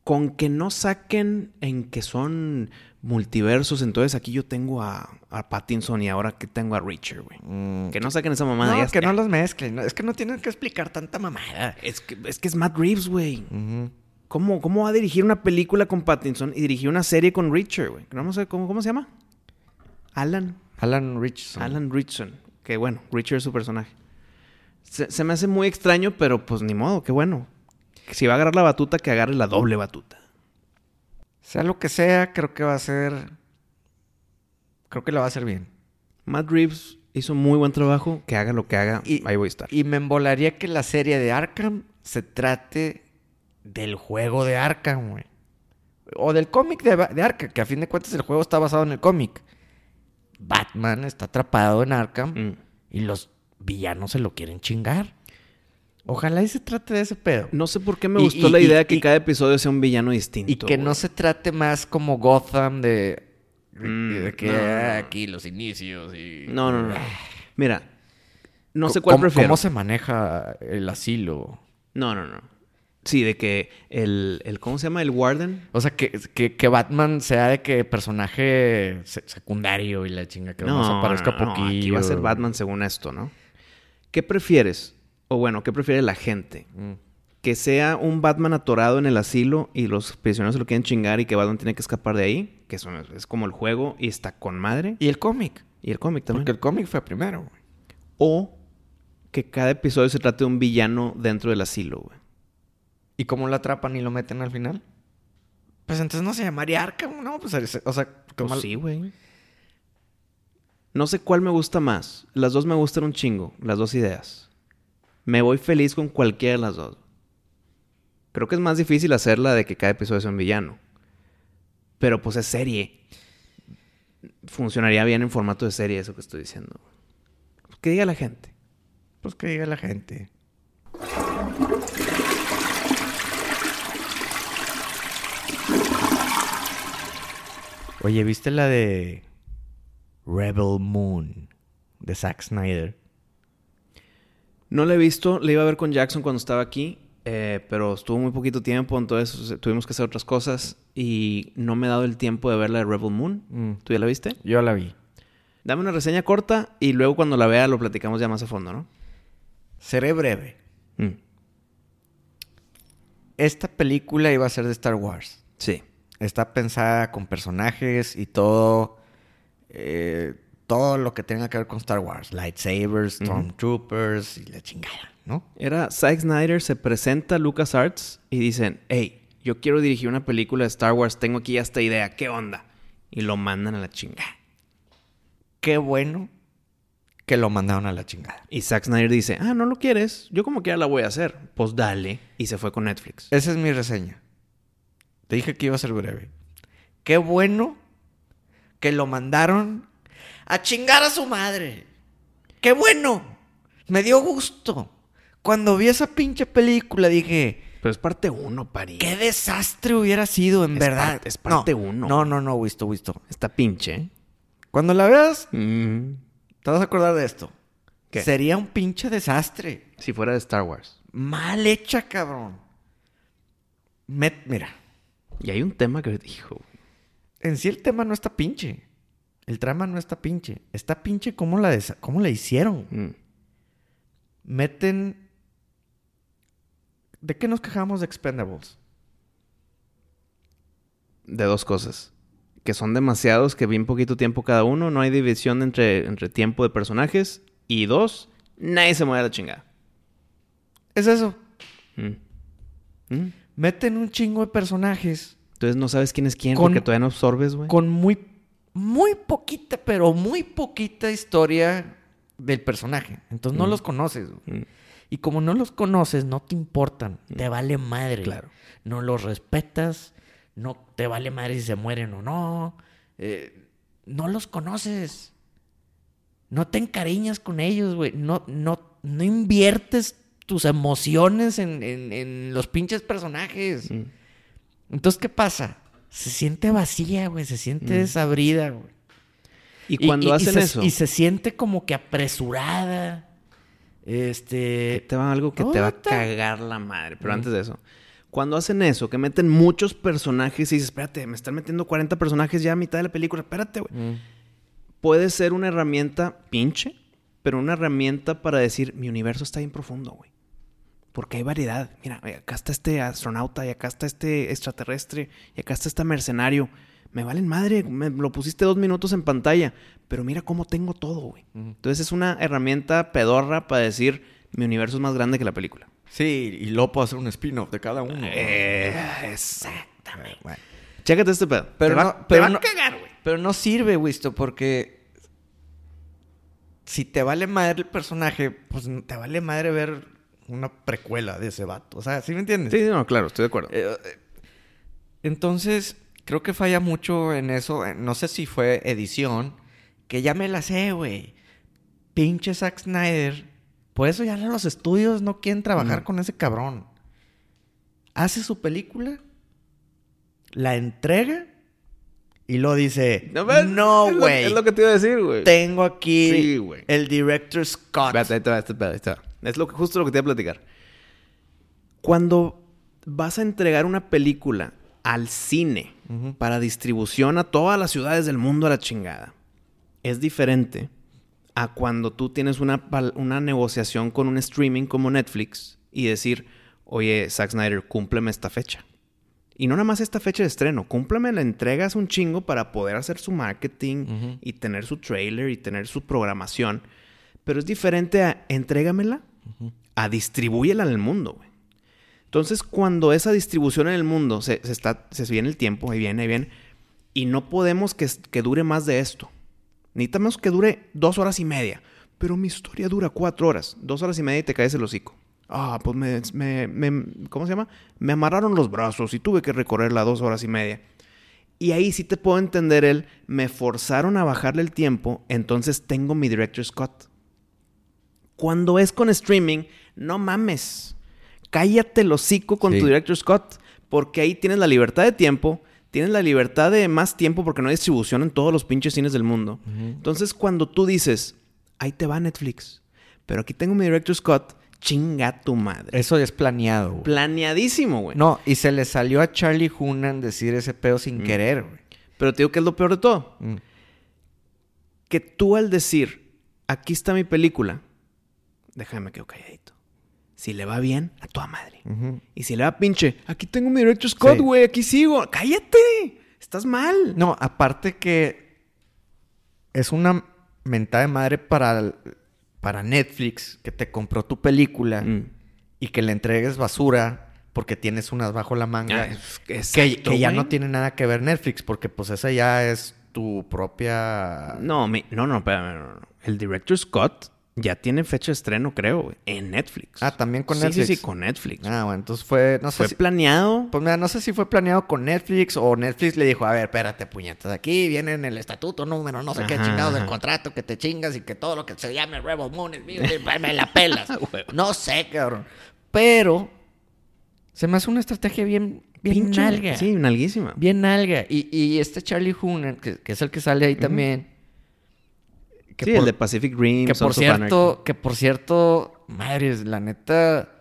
Speaker 1: con que no saquen en que son multiversos, entonces aquí yo tengo a, a Pattinson y ahora que tengo a Richard, güey.
Speaker 2: Mm.
Speaker 1: Que no saquen esa mamada.
Speaker 2: no,
Speaker 1: ya
Speaker 2: que
Speaker 1: está.
Speaker 2: no los mezclen. no, es que no tienen que explicar tanta mamada.
Speaker 1: es, que, es que es Matt Reeves, güey.
Speaker 2: Ujú.
Speaker 1: ¿Cómo, ¿Cómo va a dirigir una película con Pattinson y dirigir una serie con Richard, güey? No sé, ¿cómo, ¿Cómo se llama? Alan.
Speaker 2: Alan Richardson.
Speaker 1: Alan Richardson. Que bueno, Richard es su personaje. Se, se me hace muy extraño, pero pues ni modo, qué bueno. Si va a agarrar la batuta, que agarre la doble batuta.
Speaker 2: Sea lo que sea, creo que va a ser. Creo que lo va a hacer bien.
Speaker 1: Matt Reeves hizo muy buen trabajo, que haga lo que haga,
Speaker 2: Y-
Speaker 1: ahí voy a estar.
Speaker 2: Y me embolaría que la serie de Arkham se trate del juego de Arkham, güey. O del cómic de, de Arkham, que a fin de cuentas el juego está basado en el cómic. Batman está atrapado en Arkham
Speaker 1: Mm.
Speaker 2: y los villanos se lo quieren chingar. Ojalá y se trate de ese pedo.
Speaker 1: No sé por qué me
Speaker 2: Y-
Speaker 1: gustó
Speaker 2: y-
Speaker 1: la
Speaker 2: y-
Speaker 1: idea que
Speaker 2: y-
Speaker 1: cada episodio sea un villano distinto.
Speaker 2: Y que no
Speaker 1: güey.
Speaker 2: se trate más como Gotham de,
Speaker 1: Mm,
Speaker 2: de que
Speaker 1: no, no,
Speaker 2: "Ah, aquí los inicios y...
Speaker 1: No, no, no. Mira, no sé
Speaker 2: Ah. Co-
Speaker 1: cuál
Speaker 2: ¿cómo-
Speaker 1: prefiero.
Speaker 2: ¿Cómo se maneja el asilo?
Speaker 1: No, no, no. Sí, de que el, el- ¿Cómo se llama? El Warden.
Speaker 2: O sea, que, que, que Batman sea de que personaje se- secundario y la chinga que
Speaker 1: No,
Speaker 2: nomás aparezca
Speaker 1: no, no,
Speaker 2: poquillo.
Speaker 1: Aquí va a ser Batman según esto, ¿no? ¿Qué prefieres? O bueno, ¿qué prefiere la gente?
Speaker 2: Mm.
Speaker 1: ¿Que sea un Batman atorado en el asilo y los prisioneros se lo quieren chingar y que Batman tiene que escapar de ahí? Que eso es como el juego y está con madre.
Speaker 2: Y el cómic.
Speaker 1: Y el cómic también.
Speaker 2: Porque el cómic fue primero, güey.
Speaker 1: O que cada episodio se trate de un villano dentro del asilo, güey.
Speaker 2: ¿Y cómo lo atrapan y lo meten al final? Pues entonces no se llamaría Arkham, ¿no? Pues, o sea, como...
Speaker 1: Pues sí, güey. No sé cuál me gusta más. Las dos me gustan un chingo, las dos ideas. Me voy feliz con cualquiera de las dos. Creo que es más difícil hacerla de que cada episodio sea un villano. Pero pues es serie. Funcionaría bien en formato de serie eso que estoy diciendo. ¿Qué diga la gente?
Speaker 2: Pues que diga la gente. Oye, ¿viste la de Rebel Moon de Zack Snyder?
Speaker 1: No la he visto, la iba a ver con Jackson cuando estaba aquí, eh, pero estuvo muy poquito tiempo, entonces eh, tuvimos que hacer otras cosas y no me he dado el tiempo de ver la de Rebel Moon. ¿Tú ya la viste?
Speaker 2: Yo la vi.
Speaker 1: Dame una reseña corta y luego cuando la vea lo platicamos ya más a fondo, ¿no?
Speaker 2: Seré breve.
Speaker 1: Mm,
Speaker 2: Esta película iba a ser de Star Wars.
Speaker 1: Sí.
Speaker 2: Está pensada con personajes y todo. eh, todo lo que tenga que ver con Star Wars. Lightsabers,
Speaker 1: Ujú.
Speaker 2: Stormtroopers y la chingada, ¿no?
Speaker 1: Era Zack Snyder se presenta a LucasArts y dicen, hey, yo quiero dirigir una película de Star Wars, tengo aquí ya esta idea, ¿qué onda? Y lo mandan a la chingada.
Speaker 2: qué bueno que lo mandaron a la chingada.
Speaker 1: Y Zack Snyder dice, ah, no lo quieres, yo como quiera la voy a hacer. Pues dale. Y se fue con Netflix.
Speaker 2: Esa es mi reseña. Te dije que iba a ser breve. Qué bueno que lo mandaron a chingar a su madre. Qué bueno. Me dio gusto. Cuando vi esa pinche película dije,
Speaker 1: Pero es parte uno, pari.
Speaker 2: qué desastre hubiera sido en
Speaker 1: Es
Speaker 2: verdad.
Speaker 1: parte- es parte
Speaker 2: no,
Speaker 1: uno.
Speaker 2: No, no, no, Wisto, Wisto.
Speaker 1: Está pinche. ¿eh?
Speaker 2: Cuando la veas,
Speaker 1: Mm.
Speaker 2: te vas a acordar de esto.
Speaker 1: ¿Qué?
Speaker 2: Sería un pinche desastre.
Speaker 1: Si fuera de Star Wars.
Speaker 2: Mal hecha, cabrón. Met- mira,
Speaker 1: Y hay un tema que dijo,
Speaker 2: en sí el tema no está pinche. El trama no está pinche. Está pinche cómo la, desa- cómo la hicieron.
Speaker 1: Mm.
Speaker 2: Meten... ¿De qué nos quejamos de Expendables?
Speaker 1: de dos cosas. Que son demasiados, que bien poquito tiempo cada uno, no hay división entre, entre tiempo de personajes. Y dos, nadie se mueve a la chingada.
Speaker 2: Es eso.
Speaker 1: Mm. Mm.
Speaker 2: Meten un chingo de personajes
Speaker 1: Entonces no sabes quién es quién
Speaker 2: Con-
Speaker 1: porque todavía no absorbes, güey.
Speaker 2: con muy, muy poquita, pero muy poquita historia del personaje. Entonces no
Speaker 1: Mm.
Speaker 2: los conoces. güey.
Speaker 1: Mm.
Speaker 2: Y como no los conoces, no te importan. Te vale madre.
Speaker 1: Claro.
Speaker 2: No los respetas. No te vale madre si se mueren o no. eh, no los conoces. No te encariñas con ellos, güey. No, no, no inviertes tus emociones en, en- en los pinches personajes.
Speaker 1: Mm.
Speaker 2: Entonces, ¿qué pasa? Se siente vacía, güey. Se siente
Speaker 1: Mm.
Speaker 2: desabrida, güey.
Speaker 1: Y cuando
Speaker 2: y
Speaker 1: hacen
Speaker 2: se-
Speaker 1: eso,
Speaker 2: Y se siente como que apresurada. Este.
Speaker 1: eh, te va algo que te va a
Speaker 2: puta.
Speaker 1: cagar la madre. Pero
Speaker 2: Mm.
Speaker 1: antes de eso, cuando hacen eso, que meten muchos personajes y dices, espérate, me están metiendo 40 personajes ya a mitad de la película, espérate, güey.
Speaker 2: mm.
Speaker 1: Puede ser una herramienta pinche, pero una herramienta para decir, mi universo está bien profundo, güey. Porque hay variedad. Mira, eh, acá está este astronauta, y acá está este extraterrestre, y acá está este mercenario. Me valen madre, me lo pusiste dos minutos en pantalla, pero mira cómo tengo todo, güey. Entonces es una herramienta pedorra para decir, mi universo es más grande que la película.
Speaker 2: Sí, y luego puedo hacer un spin-off de cada uno.
Speaker 1: exactamente. Eh, Chécate este pedo. Pero
Speaker 2: Pero
Speaker 1: te va,
Speaker 2: no-
Speaker 1: te
Speaker 2: pero
Speaker 1: va a
Speaker 2: no-
Speaker 1: cagar, güey.
Speaker 2: Pero no sirve, Wisto, porque si te vale madre el personaje, pues n- te vale madre ver una precuela de ese vato. O sea, ¿sí me entiendes?
Speaker 1: Sí, no, claro, estoy de acuerdo.
Speaker 2: Eh, eh, entonces, creo que falla mucho en eso. Eh, No sé si fue edición que ya me la sé, güey. Pinche Zack Snyder. Por eso ya los estudios no quieren trabajar
Speaker 1: Mm.
Speaker 2: con ese cabrón. Hace su película, la entrega y lo dice,
Speaker 1: ves?
Speaker 2: no,
Speaker 1: Es lo-
Speaker 2: güey.
Speaker 1: Es lo que te iba a decir, güey.
Speaker 2: Tengo aquí
Speaker 1: Sí, güey.
Speaker 2: el director Scott.
Speaker 1: Espérate, ahí te va, este pedo, ahí te va. Es lo que, justo lo que te iba a platicar. Cuando vas a entregar una película al cine
Speaker 2: Ujú.
Speaker 1: para distribución a todas las ciudades del mundo a la chingada, es diferente a cuando tú tienes una, pal- una negociación con un streaming como Netflix y decir, oye, Zack Snyder, cúmpleme esta fecha. Y no nada más esta fecha de estreno, cúmpleme la entrega hace un chingo para poder hacer su marketing
Speaker 2: Ujú.
Speaker 1: y tener su trailer y tener su programación. Pero es diferente a entrégamela a distribúyela al mundo, güey. Entonces, cuando esa distribución en el mundo se, se está, se viene el tiempo, ahí viene, ahí viene, y no podemos que, que dure más de esto. Necesitamos que dure dos horas y media. Pero mi historia dura cuatro horas. Dos horas y media y te caes el hocico. Ah, pues me, me- me- ¿Cómo se llama? Me amarraron los brazos y tuve que recorrerla dos horas y media. Y ahí sí te puedo entender el... Me forzaron a bajarle el tiempo, entonces tengo mi director Scott. Cuando es con streaming, no mames. Cállate el hocico con
Speaker 2: Sí.
Speaker 1: tu director Scott, porque ahí tienes la libertad de tiempo, tienes la libertad de más tiempo porque no hay distribución en todos los pinches cines del mundo. Entonces, cuando tú dices, ahí te va Netflix, pero aquí tengo mi director Scott, chinga tu madre.
Speaker 2: Eso es planeado, güey.
Speaker 1: Planeadísimo, güey.
Speaker 2: No, y se le salió a Charlie Hunan decir ese pedo sin querer, güey.
Speaker 1: Pero te digo que es lo peor de todo. que tú al decir, aquí está mi película, déjame que calladito. Si le va bien, a toda madre.
Speaker 2: Ujú.
Speaker 1: Y si le va pinche, aquí tengo mi director Scott,
Speaker 2: Sí.
Speaker 1: güey, aquí sigo. ¡Cállate! Estás mal.
Speaker 2: No, aparte que es una mentada de madre para, para Netflix que te compró tu película
Speaker 1: Mm.
Speaker 2: y que le entregues basura porque tienes unas bajo la manga.
Speaker 1: Ah, es-
Speaker 2: que,
Speaker 1: exacto,
Speaker 2: que ya
Speaker 1: güey.
Speaker 2: no tiene nada que ver Netflix porque pues esa ya es tu propia...
Speaker 1: No, mi- no, no, espérame, no, no. El director Scott ya tiene fecha de estreno, creo, güey, en Netflix.
Speaker 2: Ah, también con
Speaker 1: Sí,
Speaker 2: Netflix.
Speaker 1: Sí, sí, con Netflix.
Speaker 2: Ah, bueno, entonces fue... No sé
Speaker 1: Fue
Speaker 2: si-
Speaker 1: planeado.
Speaker 2: Pues mira, no sé si fue planeado con Netflix o Netflix le dijo, a ver, espérate, puñetas, aquí viene en el estatuto número no sé qué
Speaker 1: Ajá,
Speaker 2: chingados del
Speaker 1: ajá.
Speaker 2: contrato que te chingas y que todo lo que se llame Rebel Moon es mío, y me la pelas.
Speaker 1: Huevo.
Speaker 2: no sé, cabrón. Pero se me hace una estrategia bien, bien
Speaker 1: Pinche-
Speaker 2: nalga.
Speaker 1: Sí, nalguísima.
Speaker 2: Bien nalga. Y, y este Charlie Hunan, que, que es el que sale ahí también. que
Speaker 1: sí,
Speaker 2: por-
Speaker 1: el de Pacific Rim.
Speaker 2: que por
Speaker 1: Sons of Anarchy.
Speaker 2: cierto, que por cierto, madres, la neta.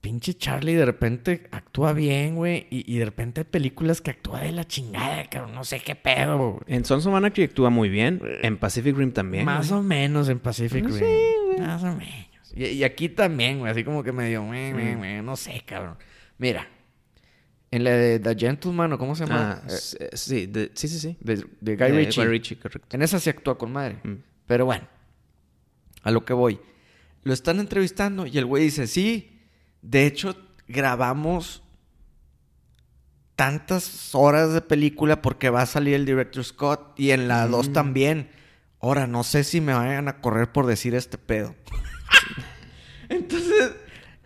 Speaker 2: Pinche Charlie de repente actúa bien, güey. Y, y de repente hay películas que actúa de la chingada, cabrón. No sé qué pedo, güey.
Speaker 1: En Sons of Anarchy actúa muy bien. En Pacific Rim también.
Speaker 2: Eh, Más
Speaker 1: güey.
Speaker 2: o menos en Pacific
Speaker 1: No
Speaker 2: Rim.
Speaker 1: sé, güey.
Speaker 2: Más o menos. Y, y aquí también, güey. Así como que medio, güey,
Speaker 1: Mm.
Speaker 2: güey, güey, no sé, cabrón. Mira, en la de The Gentleman, o cómo se llama.
Speaker 1: Ah,
Speaker 2: Eh,
Speaker 1: s- eh, sí, de- sí, sí, sí.
Speaker 2: de, de Guy
Speaker 1: De
Speaker 2: Ritchie.
Speaker 1: correcto.
Speaker 2: En esa sí actúa con madre.
Speaker 1: Mm.
Speaker 2: Pero bueno, a lo que voy. Lo están entrevistando y el güey dice, sí, de hecho grabamos tantas horas de película porque va a salir el director Scott y en la 2 también. Ahora, no sé si me vayan a correr por decir este pedo. Entonces,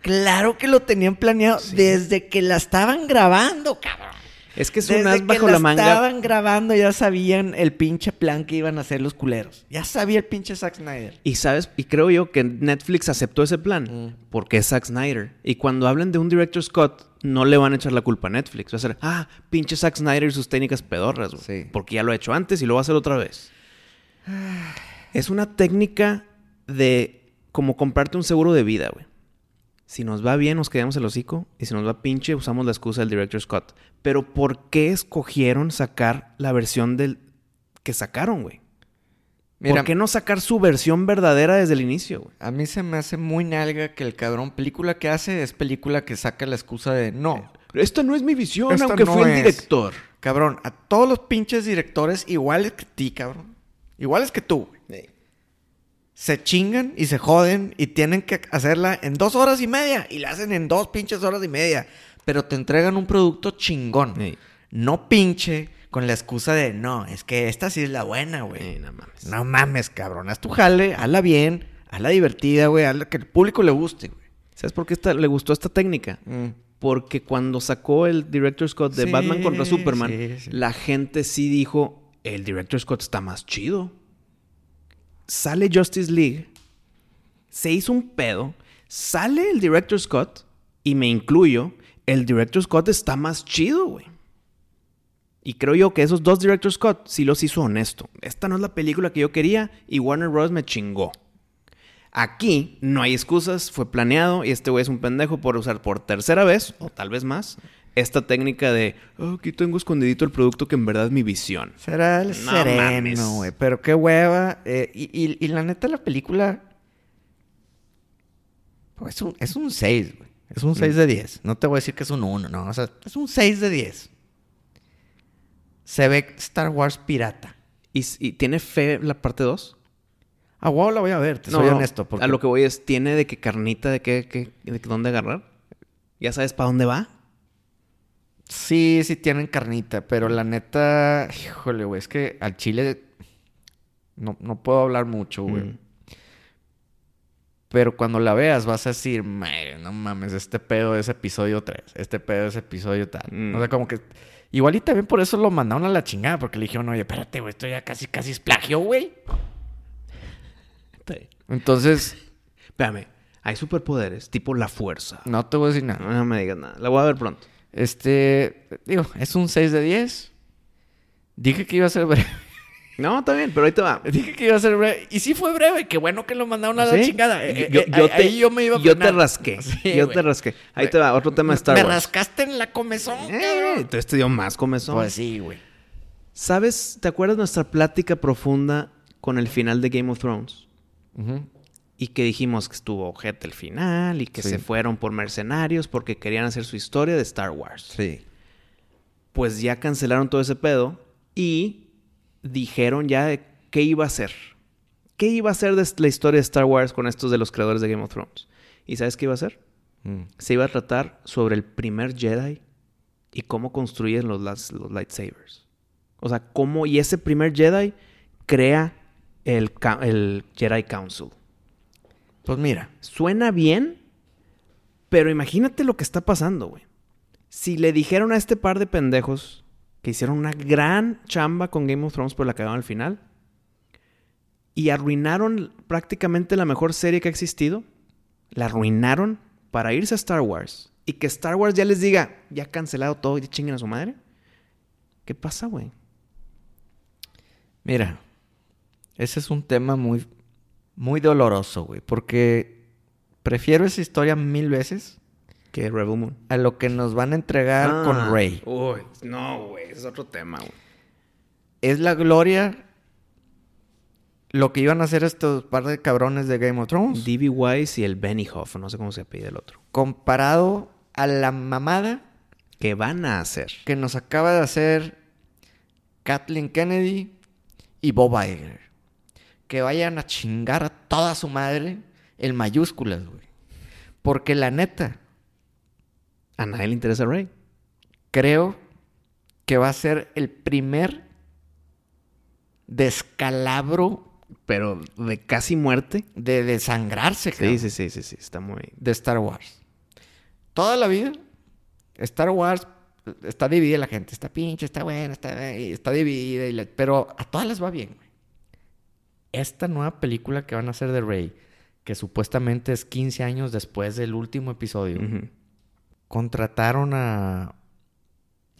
Speaker 2: claro que lo tenían planeado desde que la estaban grabando, cabrón.
Speaker 1: Es que es
Speaker 2: Desde
Speaker 1: un as
Speaker 2: que
Speaker 1: bajo la manga.
Speaker 2: estaban grabando ya sabían el pinche plan que iban a hacer los culeros. Ya sabía el pinche Zack Snyder.
Speaker 1: Y sabes, y creo yo que Netflix aceptó ese plan
Speaker 2: Mm.
Speaker 1: porque es Zack Snyder. Y cuando hablen de un director Scott, no le van a echar la culpa a Netflix. Va a ser, ah, pinche Zack Snyder y sus técnicas pedorras, güey.
Speaker 2: Sí.
Speaker 1: Porque ya lo ha hecho antes y lo va a hacer otra vez. es una técnica de como comprarte un seguro de vida, güey. Si nos va bien, nos quedamos el hocico. Y si nos va pinche, usamos la excusa del director Scott. Pero ¿por qué escogieron sacar la versión del que sacaron, güey? ¿Por qué no sacar su versión verdadera desde el inicio, güey?
Speaker 2: a mí se me hace muy nalga que el cabrón película que hace es película que saca la excusa de no.
Speaker 1: Esta no es mi visión,
Speaker 2: Esta
Speaker 1: aunque
Speaker 2: no
Speaker 1: fui el
Speaker 2: es.
Speaker 1: director.
Speaker 2: Cabrón, a todos los pinches directores iguales que ti, cabrón. Iguales que tú. güey. Se chingan y se joden y tienen que hacerla en dos horas y media. Y la hacen en dos pinches horas y media. Pero te entregan un producto chingón.
Speaker 1: Ey.
Speaker 2: No pinche con la excusa de no, es que esta sí es la buena, güey.
Speaker 1: Eh, no mames.
Speaker 2: Pues, No mames, cabrón. Haz tu jale, hazla bien, hazla divertida, güey. Hazla que el público le guste, güey.
Speaker 1: ¿Sabes por qué esta- le gustó esta técnica?
Speaker 2: Mm.
Speaker 1: Porque cuando sacó el director Scott de
Speaker 2: Sí,
Speaker 1: Batman contra Superman,
Speaker 2: sí, sí.
Speaker 1: la gente sí dijo, el director Scott está más chido. Sale Justice League, se hizo un pedo, sale el director Scott y me incluyo, el director Scott está más chido, güey. Y creo yo que esos dos director Scott sí los hizo honesto. Esta no es la película que yo quería y Warner Bros. me chingó. Aquí no hay excusas, fue planeado y este güey es un pendejo por usar por tercera vez, o tal vez más, esta técnica de "Oh, aquí tengo escondidito el producto que en verdad es mi visión.
Speaker 2: Será el
Speaker 1: No mames.
Speaker 2: sereno, güey. Pero qué hueva. eh, y, y- y la neta, la película. pues, es un, es un 6, güey. Es un 6 de 10. No te voy a decir que es un 1, no. O sea, es un 6 de 10. Se ve Star Wars pirata.
Speaker 1: ¿Y, s- y tiene fe la parte 2?
Speaker 2: Ah, wow, la voy a ver, te soy honesto. Porque
Speaker 1: A lo que voy es, ¿tiene de qué carnita, de qué, qué- de qué- dónde agarrar? ¿Ya sabes para dónde va?
Speaker 2: Sí, sí tienen carnita, pero la neta, híjole, güey, es que al chile no, no puedo hablar mucho, güey.
Speaker 1: Mm.
Speaker 2: Pero cuando la veas vas a decir, madre, no mames, este pedo es episodio 3, este pedo es episodio tal.
Speaker 1: Mm.
Speaker 2: O sea, como que... Igual y también por eso lo mandaron a la chingada, porque le dijeron, oye, espérate, güey, esto ya casi, casi es plagio, güey. Entonces,
Speaker 1: Espérame, hay superpoderes, tipo la fuerza.
Speaker 2: no te voy a decir nada.
Speaker 1: No, no me digas nada, la voy a ver pronto.
Speaker 2: Este, digo, es un 6 de 10. Dije que iba a ser breve.
Speaker 1: No, está bien, pero ahí te va.
Speaker 2: Dije que iba a ser breve. Y sí fue breve. Qué bueno que lo mandaron a la
Speaker 1: ¿Sí?
Speaker 2: chingada. Eh,
Speaker 1: Yo,
Speaker 2: eh,
Speaker 1: yo
Speaker 2: ahí-
Speaker 1: te,
Speaker 2: ahí yo me iba a
Speaker 1: Yo te
Speaker 2: frenar.
Speaker 1: rasqué.
Speaker 2: Sí,
Speaker 1: yo
Speaker 2: güey.
Speaker 1: te rasqué. Ahí
Speaker 2: Güey.
Speaker 1: te va, otro tema de Star
Speaker 2: me
Speaker 1: Wars.
Speaker 2: rascaste en la comezón,
Speaker 1: Eh,
Speaker 2: cabrón.
Speaker 1: entonces te dio más comezón.
Speaker 2: Pues sí, güey.
Speaker 1: ¿Sabes? ¿Te acuerdas nuestra plática profunda con el final de Game of Thrones?
Speaker 2: Ujú.
Speaker 1: Y que dijimos que estuvo ojete el final y que
Speaker 2: Sí.
Speaker 1: se fueron por mercenarios porque querían hacer su historia de Star Wars.
Speaker 2: Sí.
Speaker 1: Pues ya cancelaron todo ese pedo y dijeron ya de qué iba a ser. ¿Qué iba a ser de la historia de Star Wars con estos de los creadores de Game of Thrones? ¿Y sabes qué iba a ser?
Speaker 2: Mm.
Speaker 1: Se iba a tratar sobre el primer Jedi y cómo construyen los, las- los lightsabers. O sea, cómo y ese primer Jedi crea el, ca- el Jedi Council.
Speaker 2: Pues mira.
Speaker 1: Suena bien, pero imagínate lo que está pasando, güey. Si le dijeron a este par de pendejos que hicieron una gran chamba con Game of Thrones por la cagaron al final y arruinaron prácticamente la mejor serie que ha existido, la arruinaron para irse a Star Wars y que Star Wars ya les diga, ya cancelado todo y chinguen a su madre. ¿Qué pasa, güey?
Speaker 2: Mira, ese es un tema muy, muy doloroso, güey, porque prefiero esa historia mil veces
Speaker 1: Que Rebel Moon.
Speaker 2: a lo que nos van a entregar con Rey.
Speaker 1: Ah. Uy, no, güey, es otro tema, güey.
Speaker 2: Es la gloria lo que iban a hacer estos par de cabrones de Game of Thrones.
Speaker 1: D.B. Wise y el Benioff, no sé cómo se apellida el otro.
Speaker 2: comparado a la mamada
Speaker 1: ¿Qué van a hacer?
Speaker 2: que nos acaba de hacer Kathleen Kennedy y Bob Iger. Que vayan a chingar a toda su madre en mayúsculas, güey. Porque la neta,
Speaker 1: A nadie le interesa Rey.
Speaker 2: creo que va a ser el primer descalabro
Speaker 1: Pero de casi muerte.
Speaker 2: de desangrarse,
Speaker 1: Sí,
Speaker 2: cabrón,
Speaker 1: sí, sí, sí, sí. Está muy.
Speaker 2: de Star Wars. Toda la vida, Star Wars está dividida la gente. Está pinche, está buena, está, y está dividida. y la- pero a todas les va bien, güey. Esta nueva película que van a hacer de Rey, que supuestamente es 15 años después del último episodio,
Speaker 1: Ujú.
Speaker 2: contrataron a.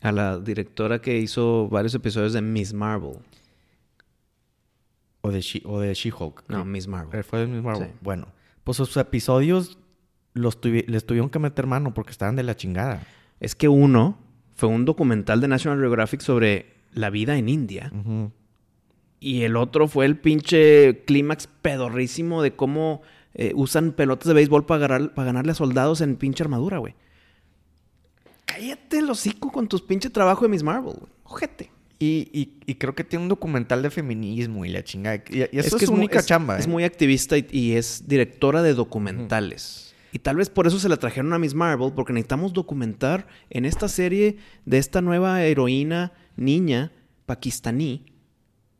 Speaker 1: A la directora que hizo varios episodios de Miss Marvel.
Speaker 2: O de She- o de She-Hulk.
Speaker 1: No, Miss Marvel.
Speaker 2: Eh, Fue del mismo árbol.
Speaker 1: Sí.
Speaker 2: Bueno, pues sus episodios los tuvi- les tuvieron que meter mano porque estaban de la chingada.
Speaker 1: Es que uno fue un documental de National Geographic sobre la vida en India. Y el otro fue el pinche clímax pedorrísimo de cómo eh, usan pelotas de béisbol para, agarrar, para ganarle a soldados en pinche armadura, güey. Cállate el hocico con tus pinche trabajo de Miss Marvel, güey. Ojete.
Speaker 2: Y, y- y creo que tiene un documental de feminismo y la chingada. Y, y eso es,
Speaker 1: que
Speaker 2: su
Speaker 1: mu-
Speaker 2: única
Speaker 1: es-
Speaker 2: chamba.
Speaker 1: Es
Speaker 2: ¿eh?
Speaker 1: muy activista y, y es directora de documentales. Y tal vez por eso se la trajeron a Miss Marvel, porque necesitamos documentar en esta serie de esta nueva heroína niña pakistaní,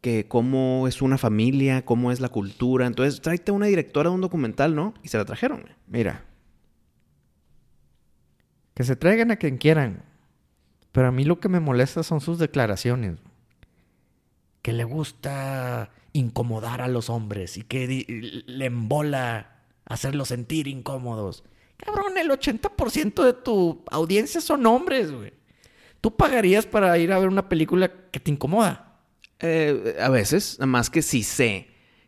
Speaker 1: que cómo es una familia, cómo es la cultura. Entonces, tráete una directora de un documental, ¿no? Y se la trajeron. ¿eh? güey.
Speaker 2: Mira. Que se traigan a quien quieran. Pero a mí lo que me molesta son sus declaraciones. Que que le gusta incomodar a los hombres y que di- le embola hacerlos sentir incómodos. Cabrón, el 80% de tu audiencia son hombres, güey. ¿Tú pagarías para ir a ver una película que te incomoda?
Speaker 1: Eh, a veces, nada más que sí sé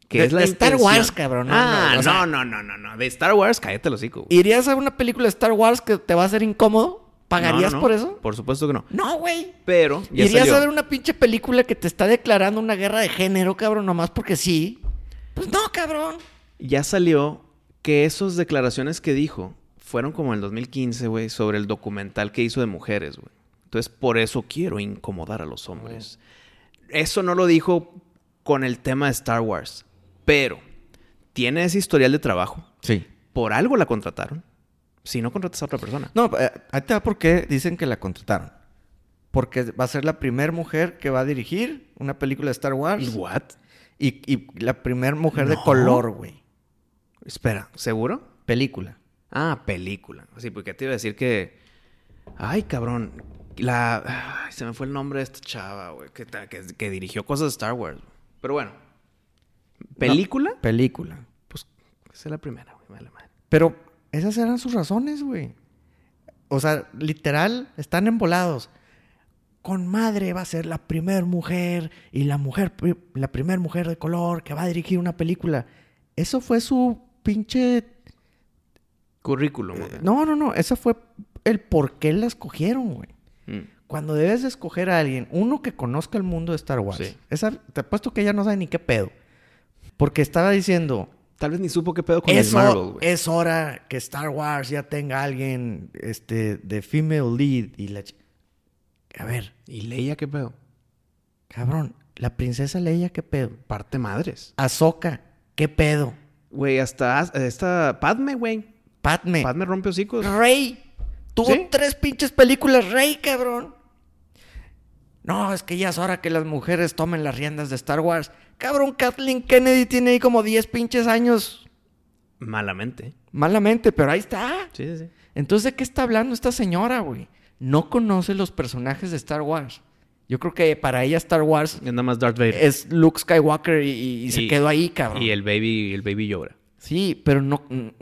Speaker 1: que
Speaker 2: De-
Speaker 1: es la
Speaker 2: de Star
Speaker 1: intención.
Speaker 2: Wars, cabrón, no,
Speaker 1: ah,
Speaker 2: no,
Speaker 1: no,
Speaker 2: o sea-
Speaker 1: no, no, no, no. De Star Wars, cállate los hocico. güey.
Speaker 2: ¿Irías a una película de Star Wars que te va a hacer incómodo? ¿Pagarías
Speaker 1: No, no, no.
Speaker 2: por eso?
Speaker 1: Por supuesto que no.
Speaker 2: No, güey.
Speaker 1: Pero ya
Speaker 2: ¿Irías
Speaker 1: salió.
Speaker 2: a ver una pinche película que te está declarando una guerra de género, cabrón, nomás porque sí? Pues no, cabrón.
Speaker 1: ya salió que esas declaraciones que dijo fueron como en el 2015, güey, sobre el documental que hizo de mujeres, güey. Entonces, por eso quiero incomodar a los hombres.
Speaker 2: Ah.
Speaker 1: Eso no lo dijo con el tema de Star Wars, pero tiene ese historial de trabajo.
Speaker 2: Sí.
Speaker 1: Por algo la contrataron. Si no contratas a otra persona.
Speaker 2: No, eh, ahí te va por qué dicen que la contrataron. Porque va a ser la primera mujer que va a dirigir una película de Star Wars.
Speaker 1: ¿What?
Speaker 2: Y, y la primera mujer de
Speaker 1: No.
Speaker 2: color, güey.
Speaker 1: Espera, ¿seguro?
Speaker 2: Película.
Speaker 1: Ah, película. Sí, porque te iba a decir que. Ay, cabrón. La. Ay, se me fue el nombre de esta chava, güey. Que, ta- que, que dirigió cosas de Star Wars. Pero bueno. ¿Película?
Speaker 2: No, película.
Speaker 1: Pues esa es la primera, güey. Vale, madre.
Speaker 2: Pero esas eran sus razones, güey. O sea, literal, están embolados. Con madre va a ser la primer mujer y la mujer, pri- la primer mujer de color que va a dirigir una película. Eso fue su pinche...
Speaker 1: Currículum, güey.
Speaker 2: No, no, no. Eso fue el por qué la escogieron, güey.
Speaker 1: Mm.
Speaker 2: Cuando debes de escoger a alguien, uno que conozca el mundo de Star Wars.
Speaker 1: Sí.
Speaker 2: Esa, te apuesto que ella no sabe ni qué pedo. Porque estaba diciendo,
Speaker 1: Tal vez ni supo qué pedo con el
Speaker 2: eso
Speaker 1: Marvel, güey.
Speaker 2: es hora que Star Wars ya tenga alguien este, de female lead. Y la ch- A ver,
Speaker 1: ¿Y Leia qué pedo?
Speaker 2: cabrón, la princesa Leia, ¿qué pedo?
Speaker 1: Parte madres.
Speaker 2: Ahsoka, ¿qué pedo?
Speaker 1: Güey, hasta as- esta. Padme, güey.
Speaker 2: Padme,
Speaker 1: Padme rompe hocicos.
Speaker 2: Rey. Tuvo
Speaker 1: Sí.
Speaker 2: tres pinches películas, Rey, cabrón. No, es que ya es hora que las mujeres tomen las riendas de Star Wars. Cabrón, Kathleen Kennedy tiene ahí como 10 pinches años.
Speaker 1: Malamente.
Speaker 2: Malamente, pero ahí está.
Speaker 1: Sí, sí, sí.
Speaker 2: Entonces, ¿de qué está hablando esta señora, güey? No conoce los personajes de Star Wars. Yo creo que para ella Star Wars
Speaker 1: Es nada más Darth Vader.
Speaker 2: es Luke Skywalker y, y- y se
Speaker 1: Eh, Y-
Speaker 2: quedó ahí, cabrón.
Speaker 1: Y el baby, el baby llora.
Speaker 2: Sí, pero no,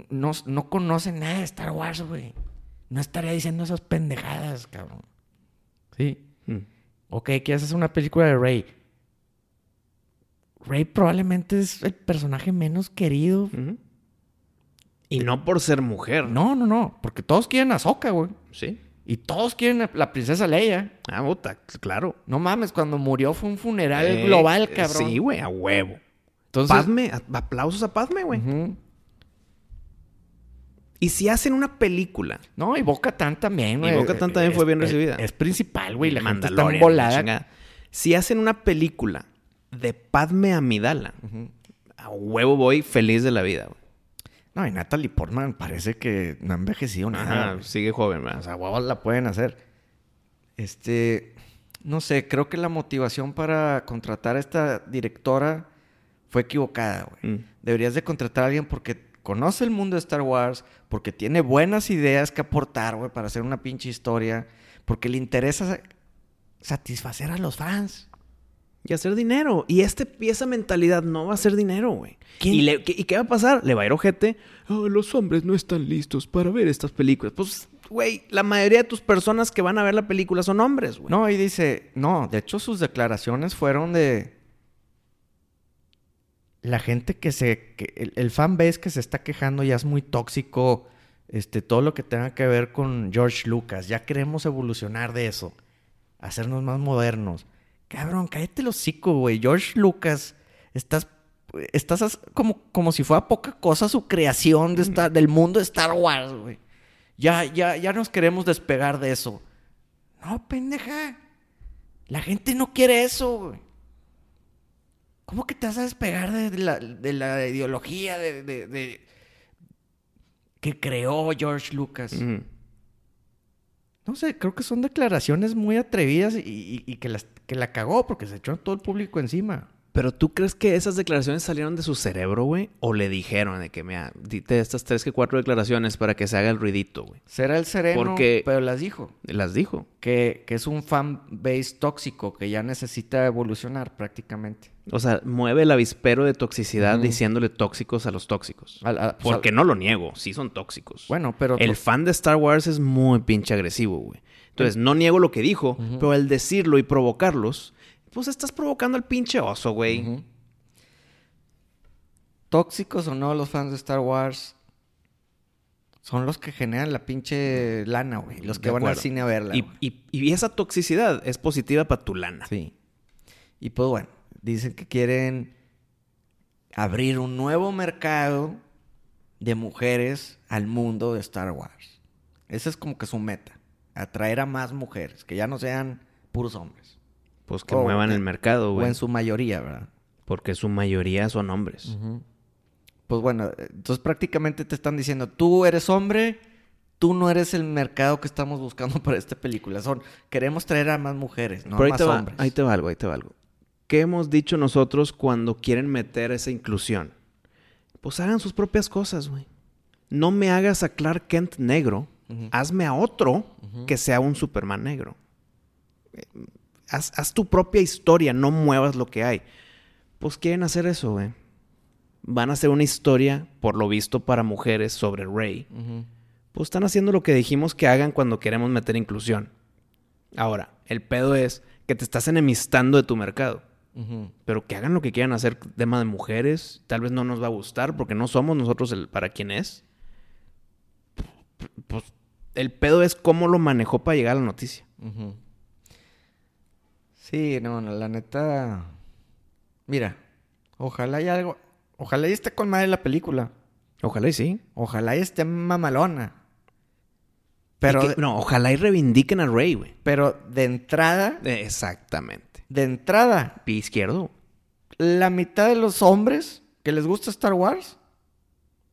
Speaker 2: no, no conoce nada de Star Wars, güey. No estaría diciendo esas pendejadas, cabrón. Sí.
Speaker 1: Mm.
Speaker 2: Ok, quieres hacer una película de Rey. Rey probablemente es el personaje menos querido.
Speaker 1: Ujú. Y no por ser mujer.
Speaker 2: No, no, no. Porque todos quieren a Soka, güey.
Speaker 1: Sí.
Speaker 2: Y todos quieren a la princesa Leia.
Speaker 1: Ah, puta, claro.
Speaker 2: No mames, cuando murió fue un funeral
Speaker 1: Eh,
Speaker 2: global,
Speaker 1: eh,
Speaker 2: cabrón.
Speaker 1: Sí, güey, a huevo.
Speaker 2: Entonces,
Speaker 1: Padme, a- aplausos a Padme, güey.
Speaker 2: ujú.
Speaker 1: Y si hacen una película.
Speaker 2: No, y Boca Tan también,
Speaker 1: Y
Speaker 2: güey.
Speaker 1: Bo-Katan también fue
Speaker 2: Es-
Speaker 1: bien
Speaker 2: es-
Speaker 1: recibida.
Speaker 2: Es, principal, güey. La gente está
Speaker 1: Mandalorian, la
Speaker 2: embolada.
Speaker 1: chingada. Si hacen una película de Padme Amidala, a huevo voy feliz de la vida, güey.
Speaker 2: No, y Natalie Portman parece que no ha envejecido nada.
Speaker 1: Ajá,
Speaker 2: güey.
Speaker 1: sigue joven,
Speaker 2: O
Speaker 1: más.
Speaker 2: sea, huevos la pueden hacer. Este, no sé, creo que la motivación para contratar a esta directora fue equivocada, güey.
Speaker 1: Mm.
Speaker 2: Deberías de contratar a alguien porque conoce el mundo de Star Wars, porque tiene buenas ideas que aportar, güey, para hacer una pinche historia, porque le interesa sa- satisfacer a los fans.
Speaker 1: Y hacer dinero. Y este, y esa mentalidad no va a ser dinero, güey.
Speaker 2: ¿Quién?
Speaker 1: ¿Y, le- qué- ¿Y qué va a pasar? Le va a ir ojete. "Ah, los hombres no están listos para ver estas películas. Pues, güey, la mayoría de tus personas que van a ver la película son hombres, güey.
Speaker 2: No, y dice, no, de hecho sus declaraciones fueron de la gente que se, que el, el fan base que se está quejando ya es muy tóxico, este, todo lo que tenga que ver con George Lucas, ya queremos evolucionar de eso, hacernos más modernos. Cabrón, cállate el hocico, güey, George Lucas, estás, estás as- como, como si fuera poca cosa su creación de Star- del mundo de Star Wars, güey. Ya, ya, ya nos queremos despegar de eso. No, pendeja. La gente no quiere eso, güey. ¿Cómo que te vas a despegar de la, de la ideología de, de- de- que creó George Lucas?
Speaker 1: Ujú.
Speaker 2: No sé, creo que son declaraciones muy atrevidas y, y- y que, las, que la cagó porque se echó a todo el público encima.
Speaker 1: Pero tú crees que esas declaraciones salieron de su cerebro, güey? ¿O le dijeron de que, mira, dite estas tres que cuatro declaraciones para que se haga el ruidito, güey?
Speaker 2: Será el sereno,
Speaker 1: Porque-
Speaker 2: pero las dijo.
Speaker 1: Las dijo.
Speaker 2: Que, que es un fan base tóxico que ya necesita evolucionar prácticamente.
Speaker 1: O sea, mueve el avispero de toxicidad
Speaker 2: Ujú.
Speaker 1: diciéndole tóxicos a los tóxicos.
Speaker 2: Al- a- pues,
Speaker 1: Porque no lo niego, sí son tóxicos.
Speaker 2: al- bueno, pero
Speaker 1: El
Speaker 2: pues,
Speaker 1: fan de Star Wars es muy pinche agresivo, güey. Entonces, no niego lo que dijo,
Speaker 2: Ujú.
Speaker 1: pero al decirlo y provocarlos, pues estás provocando al pinche oso, güey.
Speaker 2: Ujú. Tóxicos o no, los fans de Star Wars son los que generan la pinche lana, güey. Los que
Speaker 1: De
Speaker 2: van al
Speaker 1: acuerdo.
Speaker 2: cine a verla.
Speaker 1: Y,
Speaker 2: güey.
Speaker 1: y- y esa toxicidad es positiva para tu lana.
Speaker 2: Sí. Y pues bueno, dicen que quieren abrir un nuevo mercado de mujeres al mundo de Star Wars. Esa es como que su meta. Atraer a más mujeres, que ya no sean puros hombres.
Speaker 1: Pues que
Speaker 2: O-
Speaker 1: muevan el mercado,
Speaker 2: O
Speaker 1: güey.
Speaker 2: en Oh, su mayoría, ¿verdad?
Speaker 1: Porque su mayoría son hombres.
Speaker 2: Pues bueno, entonces prácticamente te están diciendo, tú eres hombre, tú no eres el mercado que estamos buscando para esta película. Son, queremos traer a más mujeres, no
Speaker 1: Pero
Speaker 2: a
Speaker 1: ahí
Speaker 2: más
Speaker 1: te, va,
Speaker 2: hombres.
Speaker 1: ahí te va algo, ahí te va algo. ¿Qué hemos dicho nosotros cuando quieren meter esa inclusión? Pues hagan sus propias cosas, güey. No me hagas a Clark Kent negro.
Speaker 2: Ujú.
Speaker 1: Hazme a otro que sea un Superman negro. Eh, Haz, haz tu propia historia, no muevas lo que hay. Pues quieren hacer eso, güey. Van a hacer una historia, por lo visto, para mujeres sobre Rey.
Speaker 2: Ujú.
Speaker 1: Pues están haciendo lo que dijimos que hagan cuando queremos meter inclusión. Ahora, el pedo es que te estás enemistando de tu mercado.
Speaker 2: Ujú.
Speaker 1: Pero que hagan lo que quieran hacer, tema de mujeres, tal vez no nos va a gustar porque no somos nosotros el para quién es. Pues el pedo es cómo lo manejó para llegar a la noticia.
Speaker 2: Ujú. Sí, no, no, la neta. Mira, ojalá y algo. Ojalá y esté con madre la película.
Speaker 1: Ojalá y sí.
Speaker 2: Ojalá y esté mamalona.
Speaker 1: Pero
Speaker 2: Pero,
Speaker 1: no, ojalá y reivindiquen a Rey, güey.
Speaker 2: pero de entrada,
Speaker 1: Eh, Exactamente.
Speaker 2: de entrada,
Speaker 1: Pie izquierdo.
Speaker 2: la mitad de los hombres que les gusta Star Wars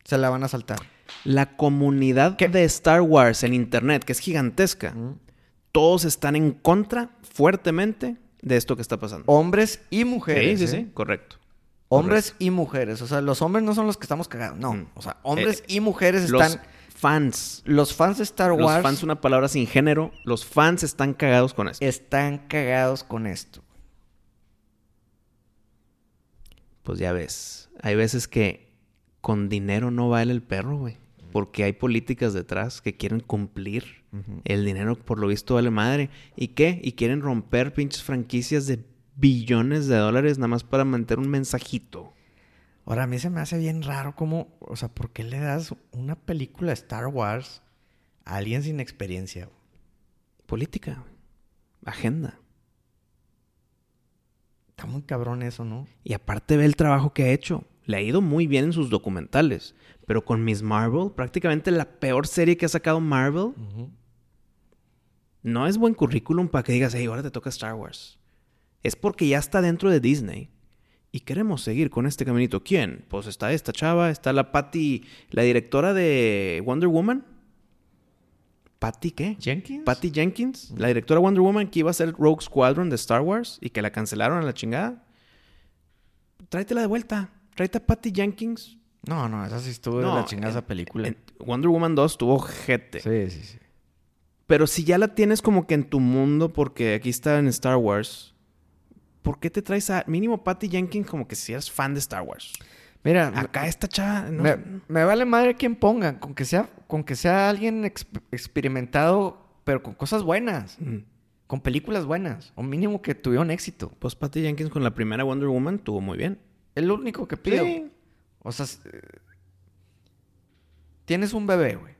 Speaker 2: se la van a saltar.
Speaker 1: La comunidad de Star Wars en internet, que es gigantesca, todos están en contra fuertemente de esto que está pasando.
Speaker 2: Hombres y mujeres.
Speaker 1: sí,
Speaker 2: ¿eh?
Speaker 1: sí, sí, correcto.
Speaker 2: Hombres y mujeres. O sea, los hombres no son los que estamos cagados. No.
Speaker 1: Mm.
Speaker 2: O sea, hombres
Speaker 1: Eh,
Speaker 2: y mujeres
Speaker 1: Los
Speaker 2: están.
Speaker 1: fans,
Speaker 2: Los, fans de Star Wars.
Speaker 1: los fans, una palabra sin género, los fans están cagados con esto.
Speaker 2: están cagados con esto.
Speaker 1: Pues ya ves, hay veces que con dinero no vale el perro, güey. Porque hay políticas detrás que quieren cumplir. El dinero, por lo visto, vale madre. ¿Y qué? Y quieren romper pinches franquicias de billones de dólares nada más para mantener un mensajito.
Speaker 2: Ahora, a mí se me hace bien raro cómo, o sea, ¿por qué le das una película de Star Wars a alguien sin experiencia?
Speaker 1: Política. güey. Agenda.
Speaker 2: Está muy cabrón eso, ¿no?
Speaker 1: Y aparte ve el trabajo que ha hecho. Le ha ido muy bien en sus documentales. Pero con Miss Marvel, prácticamente la peor serie que ha sacado Marvel, no es buen currículum para que digas, hey, ahora te toca Star Wars. Es porque ya está dentro de Disney. Y queremos seguir con este caminito. ¿Quién? Pues está esta chava, está la Patty, la directora de Wonder Woman. ¿Patty qué?
Speaker 2: ¿Jenkins?
Speaker 1: Patty Jenkins, la directora Wonder Woman que iba a ser Rogue Squadron de Star Wars y que la cancelaron a la chingada. Tráetela de vuelta. Tráete a Patty Jenkins.
Speaker 2: No, no, esa sí estuvo
Speaker 1: No,
Speaker 2: de la chingada
Speaker 1: en-
Speaker 2: esa película.
Speaker 1: En- Wonder Woman 2 tuvo jete.
Speaker 2: sí, sí, sí.
Speaker 1: Pero si ya la tienes como que en tu mundo porque aquí está en Star Wars, ¿por qué te traes a mínimo Patty Jenkins como que si eres fan de Star Wars?
Speaker 2: Mira, me-
Speaker 1: Acá esta chava... no-
Speaker 2: me, me vale madre quien pongan, con que sea, con que sea alguien ex- experimentado, pero con cosas buenas,
Speaker 1: Mm.
Speaker 2: con películas buenas, o mínimo que tuvieron éxito.
Speaker 1: Pues Patty Jenkins con la primera Wonder Woman tuvo muy bien.
Speaker 2: El único que pido.
Speaker 1: Sí.
Speaker 2: O sea, s- eh, tienes un bebé, güey.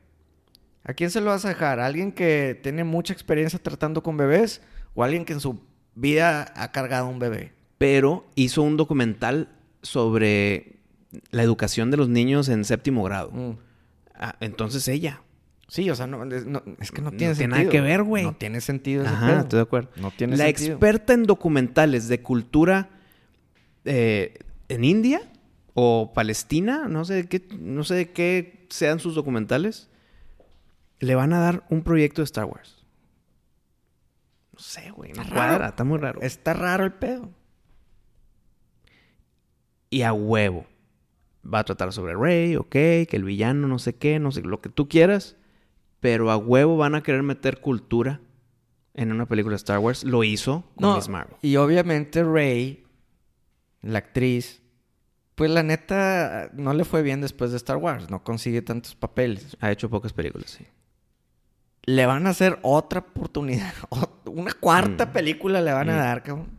Speaker 2: ¿A quién se lo vas a dejar? ¿A alguien que tiene mucha experiencia tratando con bebés o alguien que en su vida ha cargado un bebé?
Speaker 1: pero hizo un documental sobre la educación de los niños en séptimo grado. Ah, entonces ella.
Speaker 2: Mm. Sí, o sea, no, es, no- es que no
Speaker 1: No tiene
Speaker 2: tiene sentido.
Speaker 1: nada que ver, güey.
Speaker 2: No tiene sentido ese
Speaker 1: Ajá,
Speaker 2: pedo.
Speaker 1: estoy de acuerdo.
Speaker 2: No tiene
Speaker 1: la
Speaker 2: sentido.
Speaker 1: experta en documentales de cultura eh, en India o Palestina, no sé de qué, no sé de qué sean sus documentales, le van a dar un proyecto de Star Wars. No sé, güey, no
Speaker 2: Está raro.
Speaker 1: cuadra, está muy raro.
Speaker 2: Está raro el pedo.
Speaker 1: y a huevo. Va a tratar sobre Rey, ok, que el villano, no sé qué, no sé, lo que tú quieras, pero a huevo van a querer meter cultura en una película de Star Wars. Lo hizo con
Speaker 2: No,
Speaker 1: Miss Marvel.
Speaker 2: y obviamente Rey, la actriz, pues la neta no le fue bien después de Star Wars, no consigue tantos papeles.
Speaker 1: Ha hecho pocas películas, sí.
Speaker 2: Le van a hacer otra oportunidad, ot- una cuarta
Speaker 1: Mm.
Speaker 2: película le van a
Speaker 1: Mm.
Speaker 2: dar, cabrón.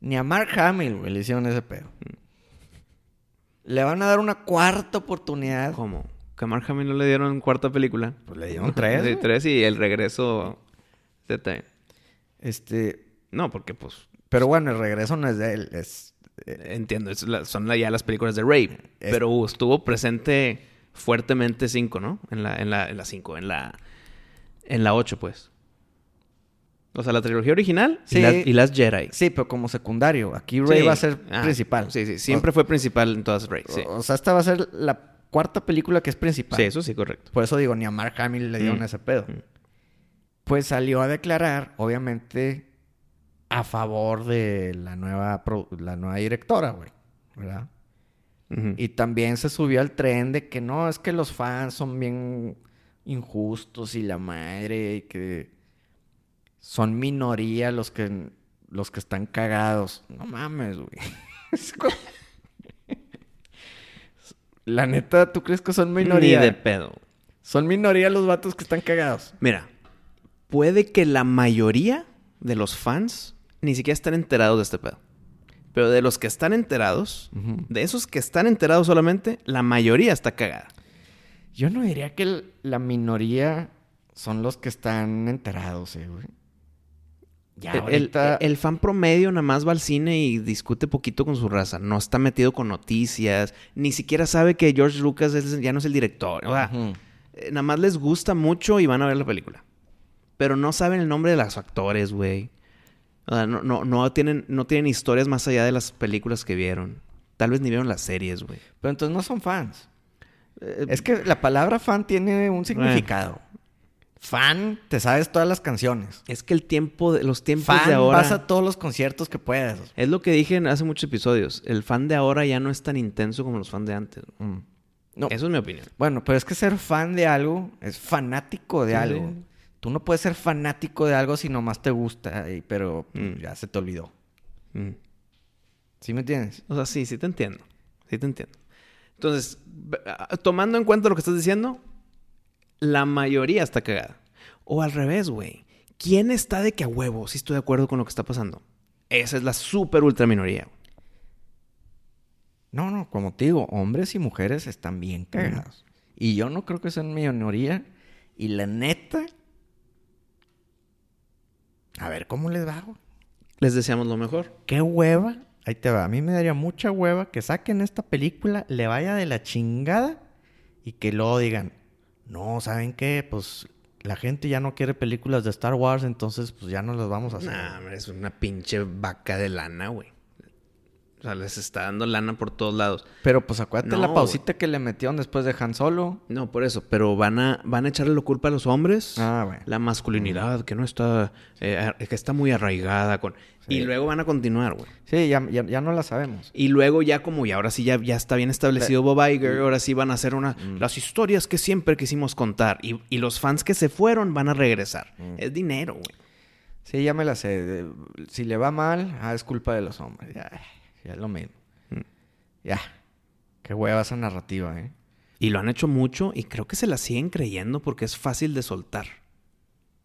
Speaker 2: Ni a Mark Hamill, güey, le hicieron ese pedo.
Speaker 1: Mm.
Speaker 2: Le van a dar una cuarta oportunidad.
Speaker 1: ¿Cómo? Que a Mark Hamill no le dieron cuarta película.
Speaker 2: Pues le dieron tres,
Speaker 1: Sí,
Speaker 2: güey.
Speaker 1: tres y el regreso. ZT.
Speaker 2: Este,
Speaker 1: No, porque pues. eh,
Speaker 2: pero bueno, el regreso no es de él, es
Speaker 1: Entiendo, es la- son la- ya las películas de Ray.
Speaker 2: Eh.
Speaker 1: Pero uh, estuvo presente fuertemente cinco, ¿no? En la, en la, en la cinco, en la. En la ocho, pues. O sea, la trilogía original
Speaker 2: Sí.
Speaker 1: y, las, y las Jedi.
Speaker 2: Sí, pero como secundario. Aquí Rey
Speaker 1: Sí.
Speaker 2: va a ser
Speaker 1: Ah,
Speaker 2: principal. Oh,
Speaker 1: Sí, sí. Siempre fue principal en todas Ray.
Speaker 2: O,
Speaker 1: Sí.
Speaker 2: o sea, esta va a ser la cuarta película que es principal.
Speaker 1: Sí, eso sí, correcto.
Speaker 2: Por eso digo, ni a Mark Hamill le dieron
Speaker 1: Mm.
Speaker 2: ese pedo.
Speaker 1: Mm.
Speaker 2: Pues salió a declarar, obviamente, a favor de la nueva, pro- la nueva directora, güey. ¿Verdad?
Speaker 1: Ujú.
Speaker 2: Y también se subió al tren de que no, es que los fans son bien injustos y la madre, y que son minoría los que, los que están cagados. No mames, güey. Es como- la neta, ¿tú crees que son minoría?
Speaker 1: Ni de pedo.
Speaker 2: Son minoría los vatos que están cagados.
Speaker 1: Mira, puede que la mayoría de los fans ni siquiera están enterados de este pedo. Pero de los que están enterados, de esos que están enterados solamente, la mayoría está cagada.
Speaker 2: Yo no diría que el- la minoría son los que están enterados, eh, güey. Ya,
Speaker 1: El- el,
Speaker 2: ahorita...
Speaker 1: el fan promedio nada más va al cine y discute poquito con su raza. No está metido con noticias, ni siquiera sabe que George Lucas es- ya no es el director. O sea,
Speaker 2: Ujú.
Speaker 1: eh, nada más les gusta mucho y van a ver la película. Pero no saben el nombre de los actores, güey. O sea, no, no, no, tienen, no tienen historias más allá de las películas que vieron. Tal vez ni vieron las series, güey.
Speaker 2: Pero entonces no son fans. Eh.
Speaker 1: Eh,
Speaker 2: Es que la palabra fan tiene un significado. Fan, te sabes todas las canciones.
Speaker 1: es que el tiempo, de, los tiempos
Speaker 2: Fan,
Speaker 1: de ahora...
Speaker 2: vas a todos los conciertos que puedas.
Speaker 1: Es lo que dije en hace muchos episodios. El fan de ahora ya no es tan intenso como los fans de antes. güey.
Speaker 2: Mm. No,
Speaker 1: Eso es mi opinión.
Speaker 2: Bueno, pero es que ser fan de algo es fanático de
Speaker 1: Sí,
Speaker 2: algo.
Speaker 1: sí.
Speaker 2: Tú no puedes ser fanático de algo si nomás te gusta, y- pero pues,
Speaker 1: Mm.
Speaker 2: ya se te olvidó.
Speaker 1: Mm.
Speaker 2: ¿Sí me entiendes?
Speaker 1: O sea, sí, sí te entiendo. Sí te entiendo. Entonces, b- a- tomando en cuenta lo que estás diciendo, la mayoría está cagada. O al revés, güey. ¿Quién está de que a huevo? Si estoy de acuerdo con lo que está pasando. Esa es la super ultra minoría.
Speaker 2: No, no, como te digo, hombres y mujeres están
Speaker 1: Mm.
Speaker 2: bien cagados. Y yo no creo que sean minoría. Y la neta. A ver cómo les va, güey.
Speaker 1: Les deseamos lo mejor.
Speaker 2: Qué hueva. Ahí te va. A mí me daría mucha hueva que saquen esta película, le vaya de la chingada y que luego digan, no, ¿saben qué? Pues la gente ya no quiere películas de Star Wars, entonces pues ya no las vamos a hacer.
Speaker 1: Nah, hombre, es una pinche vaca de lana, güey. O sea, les está dando lana por todos lados.
Speaker 2: Pero pues acuérdate
Speaker 1: No,
Speaker 2: la pausita que le metieron después de Han Solo.
Speaker 1: No, por eso, pero van a, van a echarle la culpa a los hombres.
Speaker 2: Ah, bueno.
Speaker 1: La masculinidad que no está, eh, ar- que está muy arraigada con... Y
Speaker 2: Sí.
Speaker 1: luego van a continuar, güey.
Speaker 2: Sí, ya, ya, ya no la sabemos.
Speaker 1: Y luego ya como ya ahora sí ya, ya está bien establecido Bob Iger, ahora sí van a hacer una
Speaker 2: Mm.
Speaker 1: las historias que siempre quisimos contar y, y los fans que se fueron van a regresar.
Speaker 2: Mm.
Speaker 1: Es dinero, güey.
Speaker 2: Sí, ya me la sé. De- Si le va mal, ah, es culpa de los hombres. Ya, ya es lo mismo.
Speaker 1: Mm.
Speaker 2: Ya. Qué hueva esa narrativa, ¿eh?
Speaker 1: Y lo han hecho mucho y creo que se la siguen creyendo porque es fácil de soltar.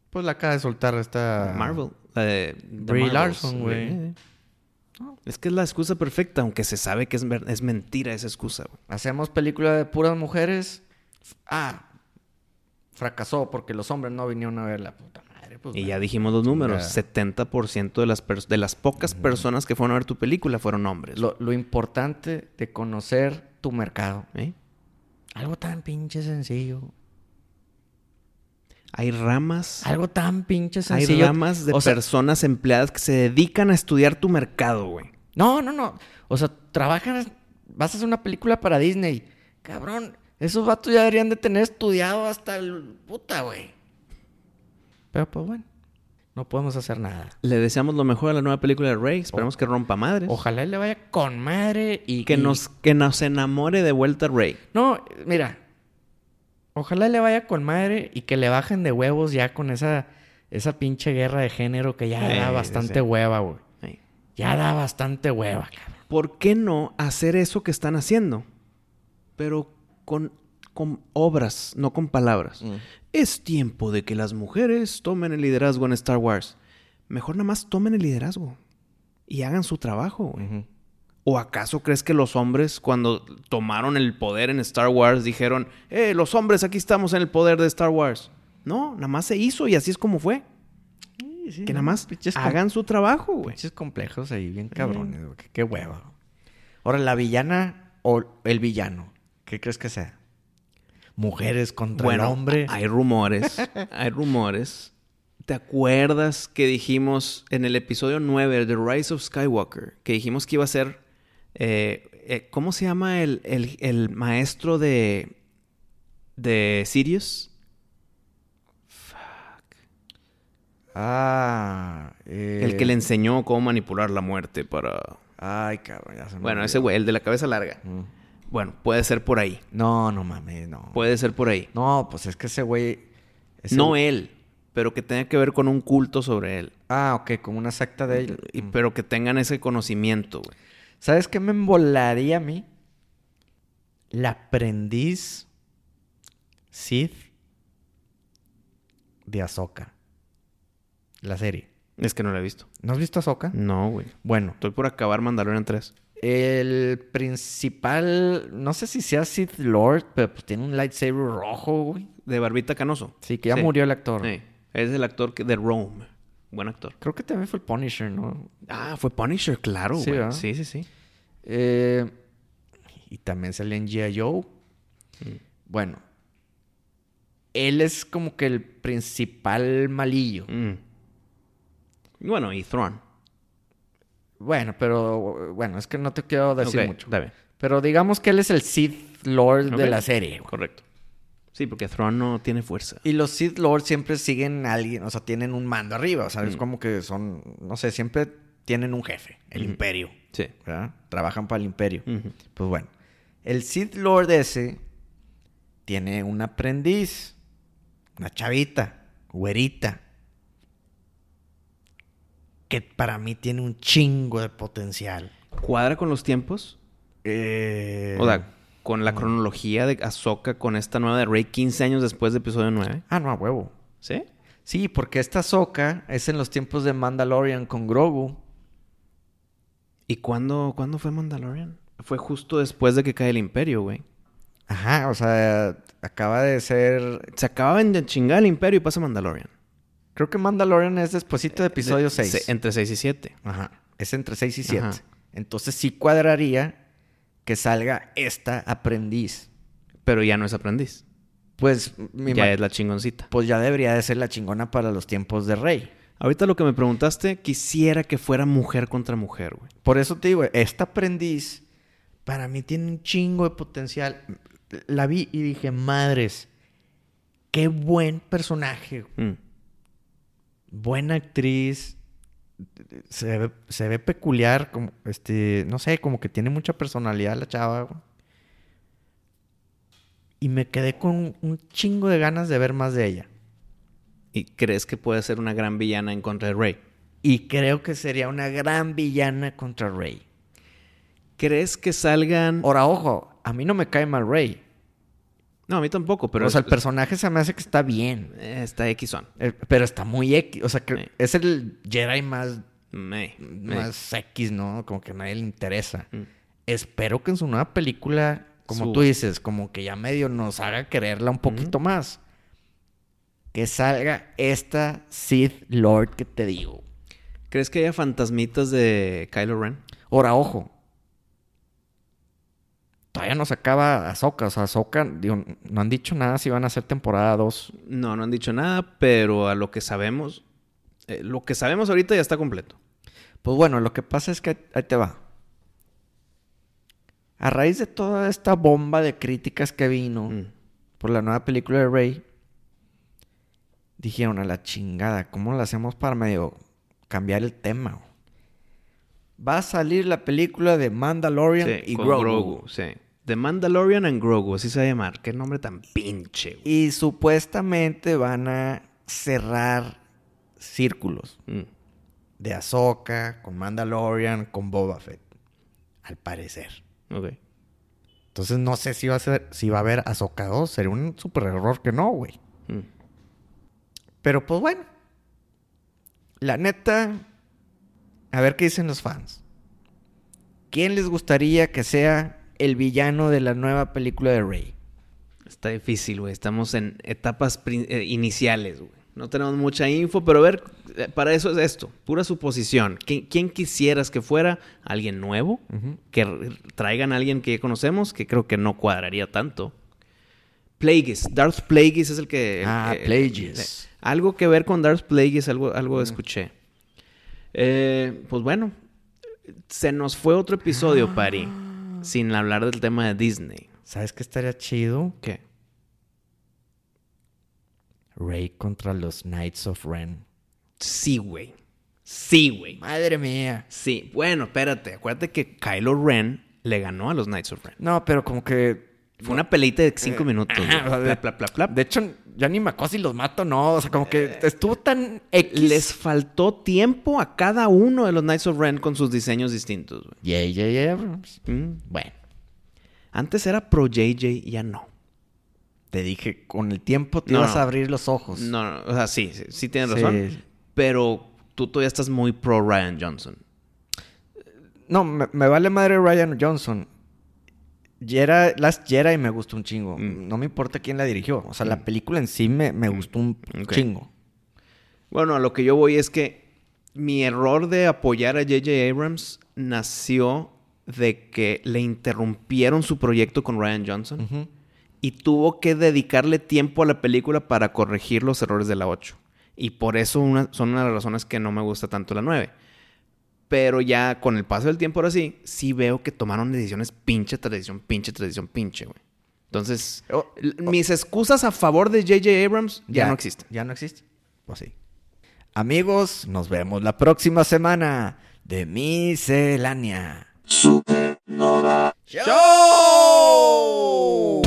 Speaker 2: Pues la acaba de soltar esta...
Speaker 1: Marvel, la de, de
Speaker 2: Brie
Speaker 1: Marvels,
Speaker 2: Larson, güey.
Speaker 1: Eh, Es que es la excusa perfecta, aunque se sabe que es, ver- es mentira esa excusa, güey.
Speaker 2: Hacemos película de puras mujeres. Ah, fracasó porque los hombres no vinieron a ver la puta madre. pues,
Speaker 1: Y
Speaker 2: bueno.
Speaker 1: ya dijimos los números,
Speaker 2: Ya. Mm.
Speaker 1: 70% de las, pers- de las pocas personas que fueron a ver tu película fueron hombres.
Speaker 2: Lo, lo importante de conocer tu mercado.
Speaker 1: ¿eh?
Speaker 2: Algo tan pinche sencillo.
Speaker 1: Hay ramas
Speaker 2: Algo tan pinche
Speaker 1: Hay
Speaker 2: sencillo.
Speaker 1: ramas de
Speaker 2: O sea,
Speaker 1: personas empleadas que se dedican a estudiar tu mercado, güey.
Speaker 2: No, no, no. O sea, trabajas, vas a hacer una película para Disney. Cabrón, esos vatos ya deberían de tener estudiado hasta el puta, güey. Pero pues bueno. No podemos hacer nada.
Speaker 1: Le deseamos lo mejor a la nueva película de Rey. Esperamos que rompa madres.
Speaker 2: Ojalá le vaya con madre y
Speaker 1: Que
Speaker 2: y-
Speaker 1: nos, que nos enamore de vuelta Rey.
Speaker 2: No, mira. Ojalá le vaya con madre y que le bajen de huevos ya con esa esa pinche guerra de género que ya
Speaker 1: Sí,
Speaker 2: da
Speaker 1: sí,
Speaker 2: bastante
Speaker 1: sí.
Speaker 2: hueva, güey.
Speaker 1: Ay.
Speaker 2: Ya da bastante hueva, cabrón.
Speaker 1: ¿Por qué no hacer eso que están haciendo? Pero con, con obras, no con palabras. Es tiempo de que las mujeres tomen el liderazgo en Star Wars. Mejor nada más tomen el liderazgo y hagan su trabajo, güey. ¿O acaso crees que los hombres cuando tomaron el poder en Star Wars dijeron, eh, los hombres aquí estamos en el poder de Star Wars? No, nada más se hizo y así es como fue. Que nada más hagan su trabajo, güey.
Speaker 2: Pinches complejos ahí, bien cabrones, güey. Qué- Qué hueva. güey. Ahora, la villana o el villano, ¿qué crees que sea? Mujeres contra el hombre.
Speaker 1: Hay rumores, hay rumores. ¿Te acuerdas que dijimos en el episodio 9 de Rise of Skywalker? Que dijimos que iba a ser. eh, eh, ¿Cómo se llama el, el- el maestro de. de Sirius?
Speaker 2: Ah, eh,
Speaker 1: El que le enseñó cómo manipular la muerte para.
Speaker 2: Ay, cabrón, ya se me
Speaker 1: Bueno,
Speaker 2: olvidó.
Speaker 1: ese güey, el de la cabeza larga.
Speaker 2: Mm.
Speaker 1: Bueno, puede ser por ahí.
Speaker 2: No, no mames, no.
Speaker 1: Puede ser por ahí.
Speaker 2: No, pues es que ese güey. ese
Speaker 1: Pues- no
Speaker 2: güey-
Speaker 1: él, pero que tenga que ver con un culto sobre él.
Speaker 2: Ah, ok, como una secta de él.
Speaker 1: Y- Pero que tengan ese conocimiento, güey.
Speaker 2: ¿Sabes qué me embolaría a mí? La aprendiz Sith de Ahsoka. La serie.
Speaker 1: Es que no lo he visto.
Speaker 2: ¿No has visto Ahsoka?
Speaker 1: No, güey.
Speaker 2: Bueno,
Speaker 1: Estoy por acabar Mandalorian 3.
Speaker 2: el principal, no sé si sea Sith Lord, pero pues tiene un lightsaber rojo, güey.
Speaker 1: De Barbita Canoso.
Speaker 2: Sí, que ya
Speaker 1: Sí.
Speaker 2: murió el actor.
Speaker 1: Sí. Es el actor que- de Rome. Buen actor.
Speaker 2: Creo que también fue el Punisher, ¿no?
Speaker 1: Ah, fue Punisher, claro,
Speaker 2: Sí,
Speaker 1: güey.
Speaker 2: ¿verdad?
Speaker 1: Sí, sí, sí.
Speaker 2: Eh, y también salía en G.I. Joe. Mm. Bueno, él es como que el principal malillo.
Speaker 1: Mm. Y Bueno, y Thrawn.
Speaker 2: Bueno, pero bueno, es que no te quiero decir
Speaker 1: Ok,
Speaker 2: mucho.
Speaker 1: está bien.
Speaker 2: Pero digamos que él es el Sith Lord
Speaker 1: Ok.
Speaker 2: de la serie. güey.
Speaker 1: Correcto. Sí, porque Thrawn no tiene fuerza.
Speaker 2: Y los Sith Lords siempre siguen a alguien, o sea, tienen un mando arriba, o sea, es como que son, no sé, siempre tienen un jefe, el imperio,
Speaker 1: Sí.
Speaker 2: ¿verdad? Trabajan para el imperio.
Speaker 1: Ujú.
Speaker 2: Pues bueno, el Sith Lord ese tiene un aprendiz, una chavita, güerita, que para mí tiene un chingo de potencial.
Speaker 1: ¿Cuadra con los tiempos?
Speaker 2: Eh,
Speaker 1: O sea, con la cronología de Ahsoka con esta nueva de Rey 15 años después de episodio 9.
Speaker 2: Ah, no, a huevo.
Speaker 1: ¿Sí?
Speaker 2: Sí, porque esta soca es en los tiempos de Mandalorian con Grogu.
Speaker 1: ¿Y cuándo, cuándo fue Mandalorian? Fue justo después de que cae el Imperio, güey.
Speaker 2: Ajá, o sea, acaba de ser...
Speaker 1: Se acababan de chingar el Imperio y pasa Mandalorian.
Speaker 2: Creo que Mandalorian es despuesito de episodio
Speaker 1: Eh, De-
Speaker 2: 6.
Speaker 1: se- Entre 6 y 7.
Speaker 2: Ajá. Es entre 6 y 7.
Speaker 1: Ajá.
Speaker 2: Entonces sí cuadraría que salga esta aprendiz.
Speaker 1: Pero ya no es aprendiz.
Speaker 2: Pues, mi
Speaker 1: ya
Speaker 2: ma-
Speaker 1: es la chingoncita.
Speaker 2: pues ya debería de ser la chingona para los tiempos de rey.
Speaker 1: Ahorita lo que me preguntaste, quisiera que fuera mujer contra mujer, güey.
Speaker 2: Por eso te digo, esta aprendiz para mí tiene un chingo de potencial. La vi y dije, madres, qué buen personaje.
Speaker 1: Mm.
Speaker 2: Buena actriz. Se ve, se ve peculiar, como, este, no sé, como que tiene mucha personalidad la chava. güey. Y me quedé con un chingo de ganas de ver más de ella.
Speaker 1: ¿Y crees que puede ser una gran villana en contra de Rey?
Speaker 2: Y creo que sería una gran villana contra Rey.
Speaker 1: ¿Crees que salgan.?
Speaker 2: Ahora, ojo, a mí no me cae mal Rey.
Speaker 1: No, a mí tampoco, pero.
Speaker 2: o sea,
Speaker 1: es-
Speaker 2: el personaje se me hace que está bien.
Speaker 1: eh, Está X on.
Speaker 2: Eh, Pero está muy X. O sea, que
Speaker 1: Sí.
Speaker 2: es el Jedi más,
Speaker 1: Me, me.
Speaker 2: más X, ¿no? Como que a nadie le interesa.
Speaker 1: Mm.
Speaker 2: Espero que en su nueva película, como
Speaker 1: Su-
Speaker 2: tú dices, como que ya medio nos haga quererla un poquito más. Que salga esta Sith Lord que te digo.
Speaker 1: ¿Crees que haya fantasmitas de Kylo Ren?
Speaker 2: Ahora, ojo. Todavía no se acaba Ahsoka. O sea, Ahsoka, digo, no han dicho nada si van a hacer temporada 2.
Speaker 1: No, no han dicho nada, pero a lo que sabemos. eh, lo que sabemos ahorita ya está completo.
Speaker 2: Pues bueno, lo que pasa es que ahí te va. A raíz de toda esta bomba de críticas que vino
Speaker 1: Mm.
Speaker 2: por la nueva película de Rey, dijeron a la chingada, ¿cómo lo hacemos para medio cambiar el tema? Va a salir la película de Mandalorian
Speaker 1: Sí,
Speaker 2: y
Speaker 1: con
Speaker 2: Grogu.
Speaker 1: sí. The Mandalorian and Grogu, así se va a llamar. Qué nombre tan pinche, güey.
Speaker 2: Y supuestamente van a cerrar círculos
Speaker 1: Mm.
Speaker 2: de Ahsoka con Mandalorian, con Boba Fett. Al parecer.
Speaker 1: Ok.
Speaker 2: Entonces no sé si va a ser, si va a haber Ahsoka 2. Sería un super error que no, güey.
Speaker 1: Mm.
Speaker 2: Pero pues bueno. La neta. A ver qué dicen los fans. ¿Quién les gustaría que sea el villano de la nueva película de Rey?
Speaker 1: Está difícil, güey. Estamos en etapas prin- eh, iniciales, güey. No tenemos mucha info, pero a ver, eh, para eso es esto. Pura suposición. ¿Qui- ¿Quién quisieras que fuera? ¿Alguien nuevo? Que r- traigan a alguien que ya conocemos, que creo que no cuadraría tanto. Plagueis. Darth Plagueis es el que... el
Speaker 2: Ah,
Speaker 1: que-
Speaker 2: Plagueis.
Speaker 1: eh, algo que ver con Darth Plagueis, algo, algo escuché. Eh, pues bueno, se nos fue otro episodio, Pari, sin hablar del tema de Disney.
Speaker 2: ¿Sabes qué estaría chido?
Speaker 1: ¿Qué?
Speaker 2: Rey contra los Knights of Ren.
Speaker 1: Sí, güey. Sí, güey.
Speaker 2: Madre mía.
Speaker 1: Sí. Bueno, espérate. Acuérdate que Kylo Ren le ganó a los Knights of Ren.
Speaker 2: No, pero como que.
Speaker 1: Fue una peleita de cinco minutos. güey.
Speaker 2: Ajá, o sea, de-
Speaker 1: Pla, pla, pla, pla.
Speaker 2: De hecho, ya ni me acuerdo si los mato o no. O sea, como que estuvo tan X.
Speaker 1: Les faltó tiempo a cada uno de los Knights of Ren con sus diseños distintos, güey.
Speaker 2: Yeah, yeah, yeah.
Speaker 1: Mm.
Speaker 2: pues, Bueno,
Speaker 1: Antes era pro JJ, ya no.
Speaker 2: te dije, con el tiempo te
Speaker 1: No,
Speaker 2: ibas
Speaker 1: no.
Speaker 2: a abrir los ojos.
Speaker 1: No, no, o sea, sí, sí, Pues sí tienes
Speaker 2: Sí.
Speaker 1: razón. Pero tú todavía estás muy pro Ryan Johnson.
Speaker 2: No, me, me vale madre Ryan Johnson. Jera, Last Jedi me gustó un chingo.
Speaker 1: Mm.
Speaker 2: No me importa quién la dirigió. O sea, la película en sí me, me gustó un
Speaker 1: Ok.
Speaker 2: chingo.
Speaker 1: Bueno, a lo que yo voy es que mi error de apoyar a J.J. Abrams nació de que le interrumpieron su proyecto con Ryan Johnson
Speaker 2: Ujú.
Speaker 1: y tuvo que dedicarle tiempo a la película para corregir los errores de la 8. Y por eso una- son una de las razones que no me gusta tanto la 9. Pero ya con el paso del tiempo ahora sí, sí veo que tomaron decisiones pinche tras decisión, pinche tras decisión, pinche, güey. Entonces,
Speaker 2: Oh,
Speaker 1: l- mis excusas a favor de J.J. Abrams ya no existen.
Speaker 2: Ya no existe. Pues sí. Amigos, nos vemos la próxima semana de Miscelánea. Supernova Show.